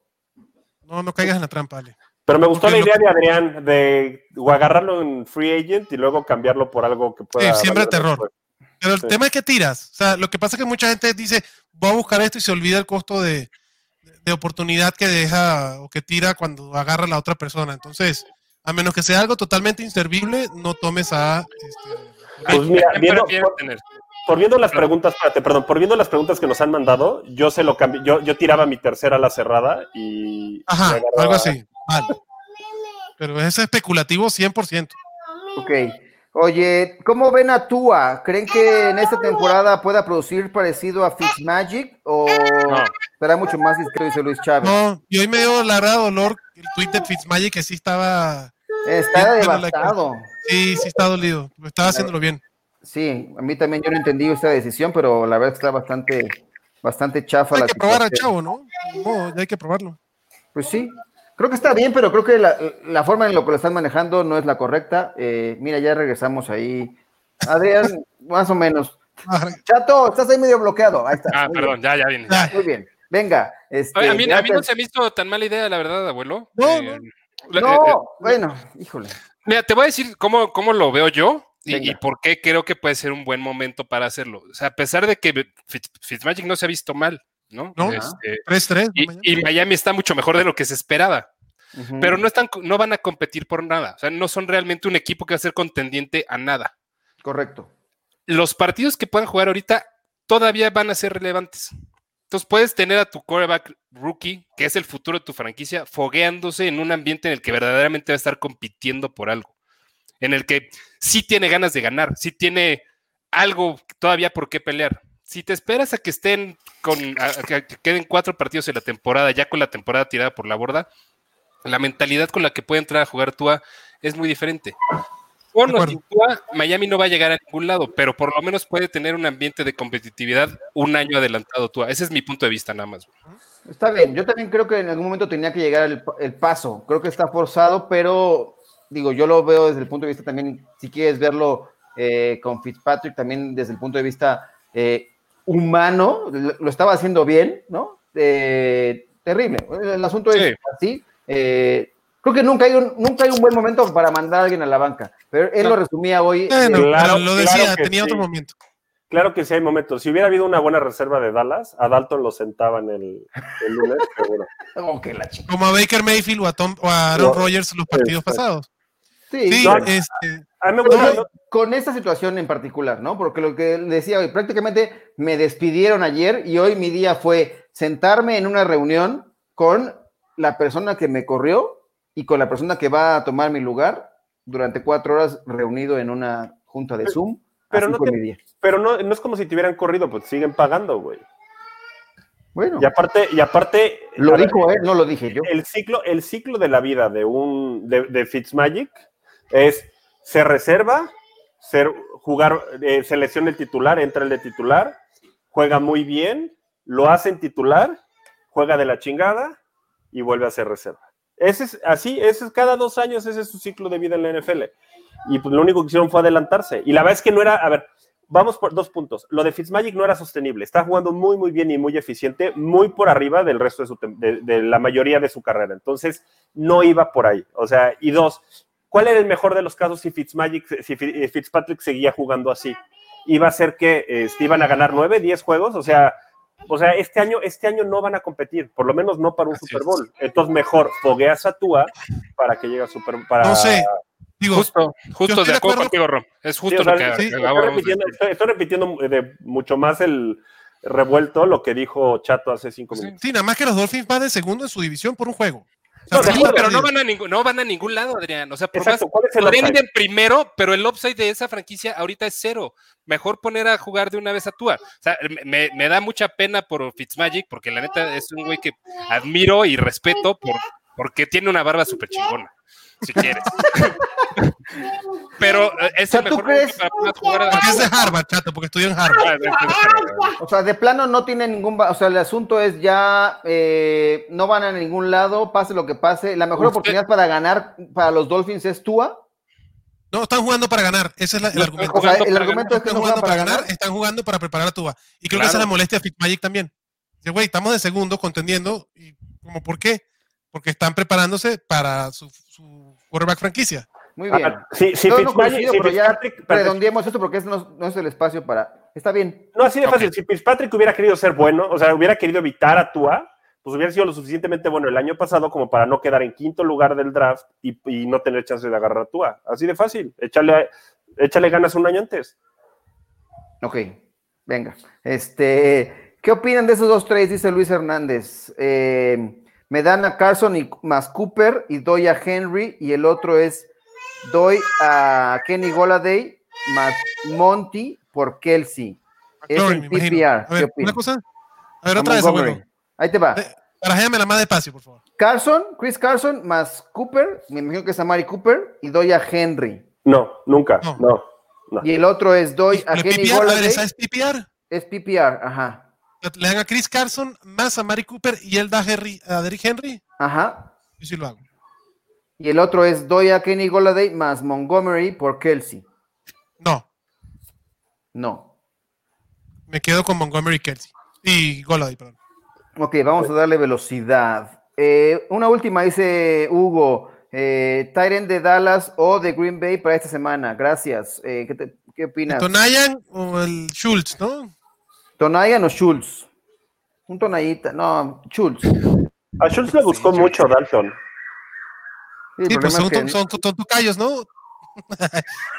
[SPEAKER 6] No, no caigas en la trampa, Ale.
[SPEAKER 2] Pero me gustó la
[SPEAKER 6] Porque lo-
[SPEAKER 2] idea de Adrián de o agarrarlo en free agent y luego cambiarlo por algo que pueda.
[SPEAKER 6] Sí, siembra
[SPEAKER 2] valer
[SPEAKER 6] Eh, terror.
[SPEAKER 2] después.
[SPEAKER 6] Pero el
[SPEAKER 2] Sí.
[SPEAKER 6] tema es que tiras. O sea, lo que pasa es que mucha gente dice, voy a buscar esto y se olvida el costo de, de oportunidad que deja o que tira cuando agarra la otra persona. Entonces, a menos que sea algo totalmente inservible, no tomes a. este,
[SPEAKER 2] Pues mira,
[SPEAKER 4] ¿Quién
[SPEAKER 2] viendo,
[SPEAKER 4] prefieres
[SPEAKER 2] por,
[SPEAKER 4] tener?
[SPEAKER 2] por viendo las preguntas, espérate, perdón, por viendo las preguntas que nos han mandado, yo se lo cambié, yo, yo tiraba mi tercera a la cerrada y. y
[SPEAKER 6] Ajá,
[SPEAKER 2] agarraba-
[SPEAKER 6] algo así. Vale. Pero es especulativo 100%.
[SPEAKER 3] Ok. Oye, ¿cómo ven a Tua? ¿Creen que en esta temporada pueda producir parecido a Fitzmagic o será mucho más discreto, dice Luis Chávez?
[SPEAKER 6] No, y hoy me dio la verdad dolor el tweet de Fitzmagic que sí estaba,
[SPEAKER 3] Está
[SPEAKER 6] Yo creo la que-
[SPEAKER 3] devastado.
[SPEAKER 6] sí, sí está dolido, estaba haciéndolo bien.
[SPEAKER 3] Sí, a mí también yo no entendí esta decisión, pero la verdad es que está bastante, bastante chafa
[SPEAKER 6] Hay
[SPEAKER 3] la
[SPEAKER 6] que probar al
[SPEAKER 3] situación.
[SPEAKER 6] chavo, ¿no? Ni modo, ya hay que probarlo.
[SPEAKER 3] Pues sí, creo que está bien, pero creo que la, la forma en la que lo están manejando no es la correcta. Eh, mira, ya regresamos ahí. Adrián, <laughs> más o menos.
[SPEAKER 6] Ah,
[SPEAKER 3] Chato, estás ahí medio bloqueado. Ahí está.
[SPEAKER 4] Ah,
[SPEAKER 3] Muy
[SPEAKER 4] perdón, ya, ya viene.
[SPEAKER 6] ya.
[SPEAKER 3] bien, Muy bien. Venga. Este,
[SPEAKER 4] Oye, a, mí, a mí no
[SPEAKER 3] gracias.
[SPEAKER 4] se me hizo tan mala idea, la verdad, abuelo.
[SPEAKER 6] No,
[SPEAKER 4] la- eh,
[SPEAKER 3] No, bueno, híjole.
[SPEAKER 4] Mira, te voy a decir cómo, cómo lo veo yo y,
[SPEAKER 3] Venga.
[SPEAKER 4] y por qué creo que puede ser un buen momento para hacerlo. O sea, a pesar de que Fitz- Fitzmagic no se ha visto mal, ¿no?
[SPEAKER 6] No.
[SPEAKER 4] Este,
[SPEAKER 6] 3-3.
[SPEAKER 4] y,
[SPEAKER 6] mañana.
[SPEAKER 4] y Miami está mucho mejor de lo que se esperaba,
[SPEAKER 3] Ujú.
[SPEAKER 4] pero no, están, no van a competir por nada. O sea, no son realmente un equipo que va a ser contendiente a nada.
[SPEAKER 3] Correcto.
[SPEAKER 4] Los partidos que puedan jugar ahorita todavía van a ser relevantes. Entonces puedes tener a tu quarterback rookie, que es el futuro de tu franquicia, fogueándose en un ambiente en el que verdaderamente va a estar compitiendo por algo, en el que sí tiene ganas de ganar, sí tiene algo todavía por qué pelear. Si te esperas a que estén con a- a que queden cuatro partidos en la temporada, ya con la temporada tirada por la borda, la mentalidad con la que puede entrar a jugar Tua es muy diferente. Con
[SPEAKER 6] De
[SPEAKER 4] o
[SPEAKER 6] acuerdo.
[SPEAKER 4] sin Tua, Miami no va a llegar a ningún lado, pero por lo menos puede tener un ambiente de competitividad un año adelantado Tua. Ese es mi punto de vista nada más.
[SPEAKER 3] Está bien, yo también creo que en algún momento tenía que llegar el, el paso. Creo que está forzado, pero digo, yo lo veo desde el punto de vista también, si quieres verlo eh, con Fitzpatrick, también desde el punto de vista eh, humano, lo, lo estaba haciendo bien, ¿no? Eh, terrible. El asunto es
[SPEAKER 4] Sí.
[SPEAKER 3] así. eh, creo que nunca hay, un, nunca hay un buen momento para mandar a alguien a la banca, pero él lo resumía hoy.
[SPEAKER 6] Bueno,
[SPEAKER 3] eh,
[SPEAKER 2] Claro,
[SPEAKER 6] pero lo decía,
[SPEAKER 2] claro que
[SPEAKER 6] tenía otro
[SPEAKER 2] sí.
[SPEAKER 6] momento.
[SPEAKER 2] Claro que sí hay momentos. Si hubiera habido una buena reserva de Dallas, a Dalton lo sentaban el, el lunes, <laughs> seguro.
[SPEAKER 3] como que la chica.
[SPEAKER 6] Como a Baker Mayfield o a, Tom, o a Aaron
[SPEAKER 2] No.
[SPEAKER 6] Rodgers los partidos
[SPEAKER 2] Exacto.
[SPEAKER 6] pasados.
[SPEAKER 3] Sí,
[SPEAKER 6] Sí,
[SPEAKER 2] no.
[SPEAKER 6] este,
[SPEAKER 2] A mí me
[SPEAKER 3] Pero
[SPEAKER 2] gusta,
[SPEAKER 3] no, con esta situación en particular, ¿no? Porque lo que él decía hoy, prácticamente me despidieron ayer y hoy mi día fue sentarme en una reunión con la persona que me corrió y con la persona que va a tomar mi lugar durante cuatro horas reunido en una junta de Zoom.
[SPEAKER 2] pero
[SPEAKER 3] Así
[SPEAKER 2] no
[SPEAKER 3] fue
[SPEAKER 2] te-
[SPEAKER 3] mi día.
[SPEAKER 2] pero no, no es como si te hubieran corrido, pues siguen pagando, güey.
[SPEAKER 3] Bueno,
[SPEAKER 2] Y aparte, y aparte
[SPEAKER 3] lo
[SPEAKER 2] a ver,
[SPEAKER 3] dijo él, no lo dije yo.
[SPEAKER 2] el ciclo, el ciclo de la vida de un de, de Fitzmagic es se reserva, ser, jugar, eh, se lesiona el titular, entra el de titular, juega muy bien, lo hacen titular, juega de la chingada y vuelve a ser reserva. Ese es así, ese es cada dos años, ese es su ciclo de vida en la NFL. Y pues, lo único que hicieron fue adelantarse. Y la verdad es que no era, a ver, vamos por dos puntos. Lo de Fitzmagic no era sostenible. Está jugando muy, muy bien y muy eficiente, muy por arriba del resto de, su tem- de- de la mayoría de su carrera. Entonces, no iba por ahí. O sea, y dos, ¿cuál era el mejor de los casos si Fitzmagic, si Fi- eh, Fitzpatrick seguía jugando así? Iba a ser que este, iban a ganar nueve, diez juegos, o sea, o sea, este año, este año no van a competir, por lo menos no para un
[SPEAKER 4] Así
[SPEAKER 2] Super
[SPEAKER 4] es.
[SPEAKER 2] Bowl. Entonces, mejor fogueas a Tua para que llegue a Super para
[SPEAKER 6] no sé, digo,
[SPEAKER 4] Justo, justo
[SPEAKER 6] estoy
[SPEAKER 4] de acuerdo
[SPEAKER 6] de acuerdo.
[SPEAKER 4] contigo, Rom. Es
[SPEAKER 2] Sí,
[SPEAKER 4] justo
[SPEAKER 2] o sea,
[SPEAKER 4] lo que
[SPEAKER 2] sí,
[SPEAKER 4] que
[SPEAKER 2] estoy,
[SPEAKER 4] acabamos de-
[SPEAKER 2] repitiendo, estoy- estoy repitiendo de mucho más el revuelto lo que dijo Chato hace cinco
[SPEAKER 4] Sí.
[SPEAKER 2] minutos.
[SPEAKER 6] sí, nada más que los Dolphins van de segundo en su división por un juego. O
[SPEAKER 2] No, de
[SPEAKER 4] Sí,
[SPEAKER 6] falta
[SPEAKER 4] pero
[SPEAKER 6] de-
[SPEAKER 4] no van, a ningún, no van a ningún lado, Adrián. O sea, por
[SPEAKER 2] Exacto,
[SPEAKER 4] más.
[SPEAKER 2] ¿cuál es el
[SPEAKER 4] Podrían ir
[SPEAKER 2] upside?
[SPEAKER 4] en primero, pero el upside de esa franquicia ahorita es cero. Mejor poner a jugar de una vez a Tua. O sea, me, me da mucha pena por Fitzmagic, porque la neta es un güey que admiro y respeto por, porque tiene una barba súper chingona, si quieres. pero eh, es
[SPEAKER 3] sea,
[SPEAKER 4] el
[SPEAKER 3] ¿tú
[SPEAKER 4] mejor
[SPEAKER 3] crees?
[SPEAKER 4] momento para poner a jugar a
[SPEAKER 6] Porque es de Harvard, chato, porque estudió en Harvard.
[SPEAKER 4] eh,
[SPEAKER 3] O sea, de plano no tiene ningún, ba- o sea, el asunto es ya eh, no van a ningún lado, pase lo que pase. La mejor
[SPEAKER 4] Usted-
[SPEAKER 3] oportunidad para ganar para los Dolphins es Tua.
[SPEAKER 6] No, están jugando para ganar. Ese es la- el
[SPEAKER 4] No,
[SPEAKER 6] argumento.
[SPEAKER 3] O sea,
[SPEAKER 4] jugando
[SPEAKER 3] el
[SPEAKER 4] para
[SPEAKER 3] argumento
[SPEAKER 6] No
[SPEAKER 3] es que
[SPEAKER 6] están
[SPEAKER 3] no
[SPEAKER 6] jugando
[SPEAKER 3] juegan
[SPEAKER 6] para ganar, están jugando para preparar a Tuba. Y creo
[SPEAKER 4] Claro.
[SPEAKER 6] que esa es la molestia de Fitzmagic también. Dice, güey, estamos de segundo contendiendo. ¿Y como por qué? Porque están preparándose para su, su quarterback franquicia.
[SPEAKER 3] Muy bien.
[SPEAKER 2] Ah, Si si
[SPEAKER 3] Yo no
[SPEAKER 2] Fitzmagic,
[SPEAKER 3] coincido,
[SPEAKER 2] si
[SPEAKER 3] pero ya
[SPEAKER 2] Fitzpatrick- perdón,
[SPEAKER 3] redondeemos esto porque es- no, no es el espacio para. Está bien.
[SPEAKER 2] no así de
[SPEAKER 4] Ok.
[SPEAKER 2] fácil, si Fitzpatrick hubiera querido ser bueno, o sea, hubiera querido evitar a Tua, pues hubiera sido lo suficientemente bueno el año pasado como para no quedar en quinto lugar del draft y, y no tener chance de agarrar a Tua. Así de fácil, échale, échale ganas un año antes.
[SPEAKER 3] Ok, venga. Este, ¿qué opinan de esos dos trades? Dice Luis Hernández. Eh, me dan a Carson y más Cooper y doy a Henry y el otro es doy a Kenny Goladay más Monty por Kelsey. Es
[SPEAKER 6] McLaurin,
[SPEAKER 3] en
[SPEAKER 6] me imagino.
[SPEAKER 3] PPR,
[SPEAKER 6] A
[SPEAKER 3] ¿qué
[SPEAKER 6] ver,
[SPEAKER 3] opinas?
[SPEAKER 6] una cosa. A ver,
[SPEAKER 3] A
[SPEAKER 6] otra vez,
[SPEAKER 3] Montgomery.
[SPEAKER 6] abuelo.
[SPEAKER 3] Ahí te va.
[SPEAKER 6] Eh. Barajéame la más despacio, por favor.
[SPEAKER 3] Carson, Chris Carson más Cooper, me imagino que es a Mari Cooper y doy a Henry.
[SPEAKER 2] No, nunca,
[SPEAKER 6] No.
[SPEAKER 2] no.
[SPEAKER 3] Y el otro es doy a
[SPEAKER 6] El
[SPEAKER 3] Kenny
[SPEAKER 6] PPR, a ver,
[SPEAKER 3] Golladay.
[SPEAKER 6] ¿sabes PPR?
[SPEAKER 3] Es PPR, ajá.
[SPEAKER 6] Le dan a Chris Carson, más a Mari Cooper y él da a, Henry, a Derrick Henry.
[SPEAKER 3] Ajá.
[SPEAKER 6] Yo sí lo hago.
[SPEAKER 3] Y el otro es doy a Kenny Golladay más Montgomery por Kelsey.
[SPEAKER 6] No,
[SPEAKER 3] No.
[SPEAKER 6] me quedo con Montgomery Kelsey. Y Goladay, perdón.
[SPEAKER 3] Ok, vamos a darle velocidad. Eh, una última, dice Hugo. Eh, Tyren de Dallas o de Green Bay para esta semana. Gracias. Eh, ¿qué, te- qué opinas?
[SPEAKER 6] Tonayan o el Schultz, ¿no?
[SPEAKER 3] ¿Tonayan o Schultz? Un Tonayita. No, Schultz. Sí, el
[SPEAKER 2] A Schultz le buscó mucho Dalton.
[SPEAKER 6] Sí,
[SPEAKER 3] problema
[SPEAKER 6] pues son,
[SPEAKER 3] es que-
[SPEAKER 6] son- son tocayos, ¿no? <laughs>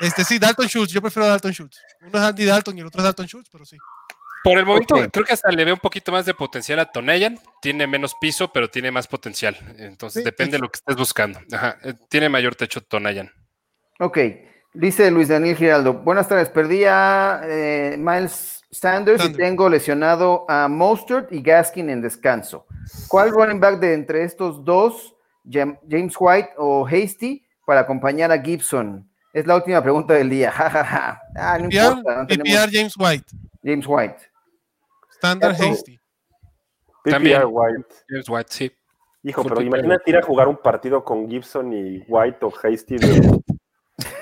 [SPEAKER 6] este sí, Dalton Schultz, yo prefiero a Dalton Schultz. Uno es Andy Dalton y el otro es Dalton Schultz, pero sí.
[SPEAKER 4] Por el momento,
[SPEAKER 3] Ok.
[SPEAKER 4] creo que hasta le veo un poquito más de potencial a Toneyan. Tiene menos piso, pero tiene más potencial. Entonces,
[SPEAKER 6] Sí,
[SPEAKER 4] depende de lo que estés buscando. Ajá. eh, Tiene mayor techo Toneyan.
[SPEAKER 3] Ok, dice Luis Daniel Giraldo. Buenas tardes, perdí a eh, Miles Sanders y
[SPEAKER 6] Sanders.
[SPEAKER 3] tengo lesionado a Mostert y Gaskin en descanso. ¿Cuál running back de entre estos dos, Jam- James White o Hasty, para acompañar a Gibson? Es la última pregunta del día. <laughs> Ja, ja, ja. Ah, no
[SPEAKER 6] PPR,
[SPEAKER 3] importa, no tenemos
[SPEAKER 6] PPR James White,
[SPEAKER 3] James White.
[SPEAKER 6] Standard
[SPEAKER 3] Dalton.
[SPEAKER 6] Hasty.
[SPEAKER 4] También.
[SPEAKER 2] PPR White.
[SPEAKER 4] James White, sí.
[SPEAKER 2] Hijo,
[SPEAKER 4] Fue
[SPEAKER 2] pero
[SPEAKER 4] PPR.
[SPEAKER 2] imagínate ir a jugar un partido con Gibson y White o Hasty. De...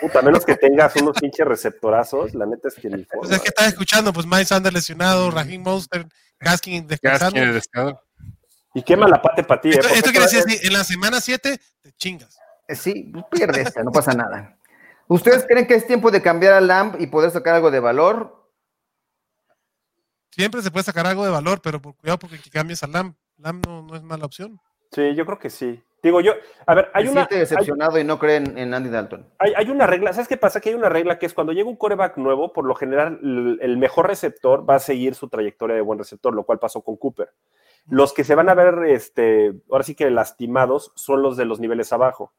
[SPEAKER 2] Puta, a menos que tengas unos pinches receptorazos, la neta es que ni
[SPEAKER 6] Pues
[SPEAKER 2] forma.
[SPEAKER 6] es que estás escuchando, pues Miles Sanders lesionado, Raheem Monster, Gaskin descansando.
[SPEAKER 4] Gaskin, el descador.
[SPEAKER 2] Y qué mala pate para ti, ¿eh?
[SPEAKER 6] Esto,
[SPEAKER 2] Porque
[SPEAKER 6] esto quiere decir
[SPEAKER 2] todavía-
[SPEAKER 6] así, en la semana 7 te chingas.
[SPEAKER 3] Eh, Sí, pierde esta, no pasa nada. ¿Ustedes creen que es tiempo de cambiar a Lamb y poder sacar algo de valor?
[SPEAKER 6] Siempre se puede sacar algo de valor, pero por cuidado porque que cambies a Lam. Lam no, no es mala opción.
[SPEAKER 2] Sí, yo creo que sí. Digo, yo, a ver, hay
[SPEAKER 3] Me
[SPEAKER 2] una,
[SPEAKER 3] siento
[SPEAKER 2] hay-
[SPEAKER 3] decepcionado y no creen en Andy Dalton.
[SPEAKER 2] Hay, hay una regla, ¿sabes qué pasa? Que hay una regla que es cuando llega un coreback nuevo, por lo general el, el mejor receptor va a seguir su trayectoria de buen receptor, lo cual pasó con Cooper. Los que se van a ver, este, ahora sí que lastimados, son los de los niveles abajo.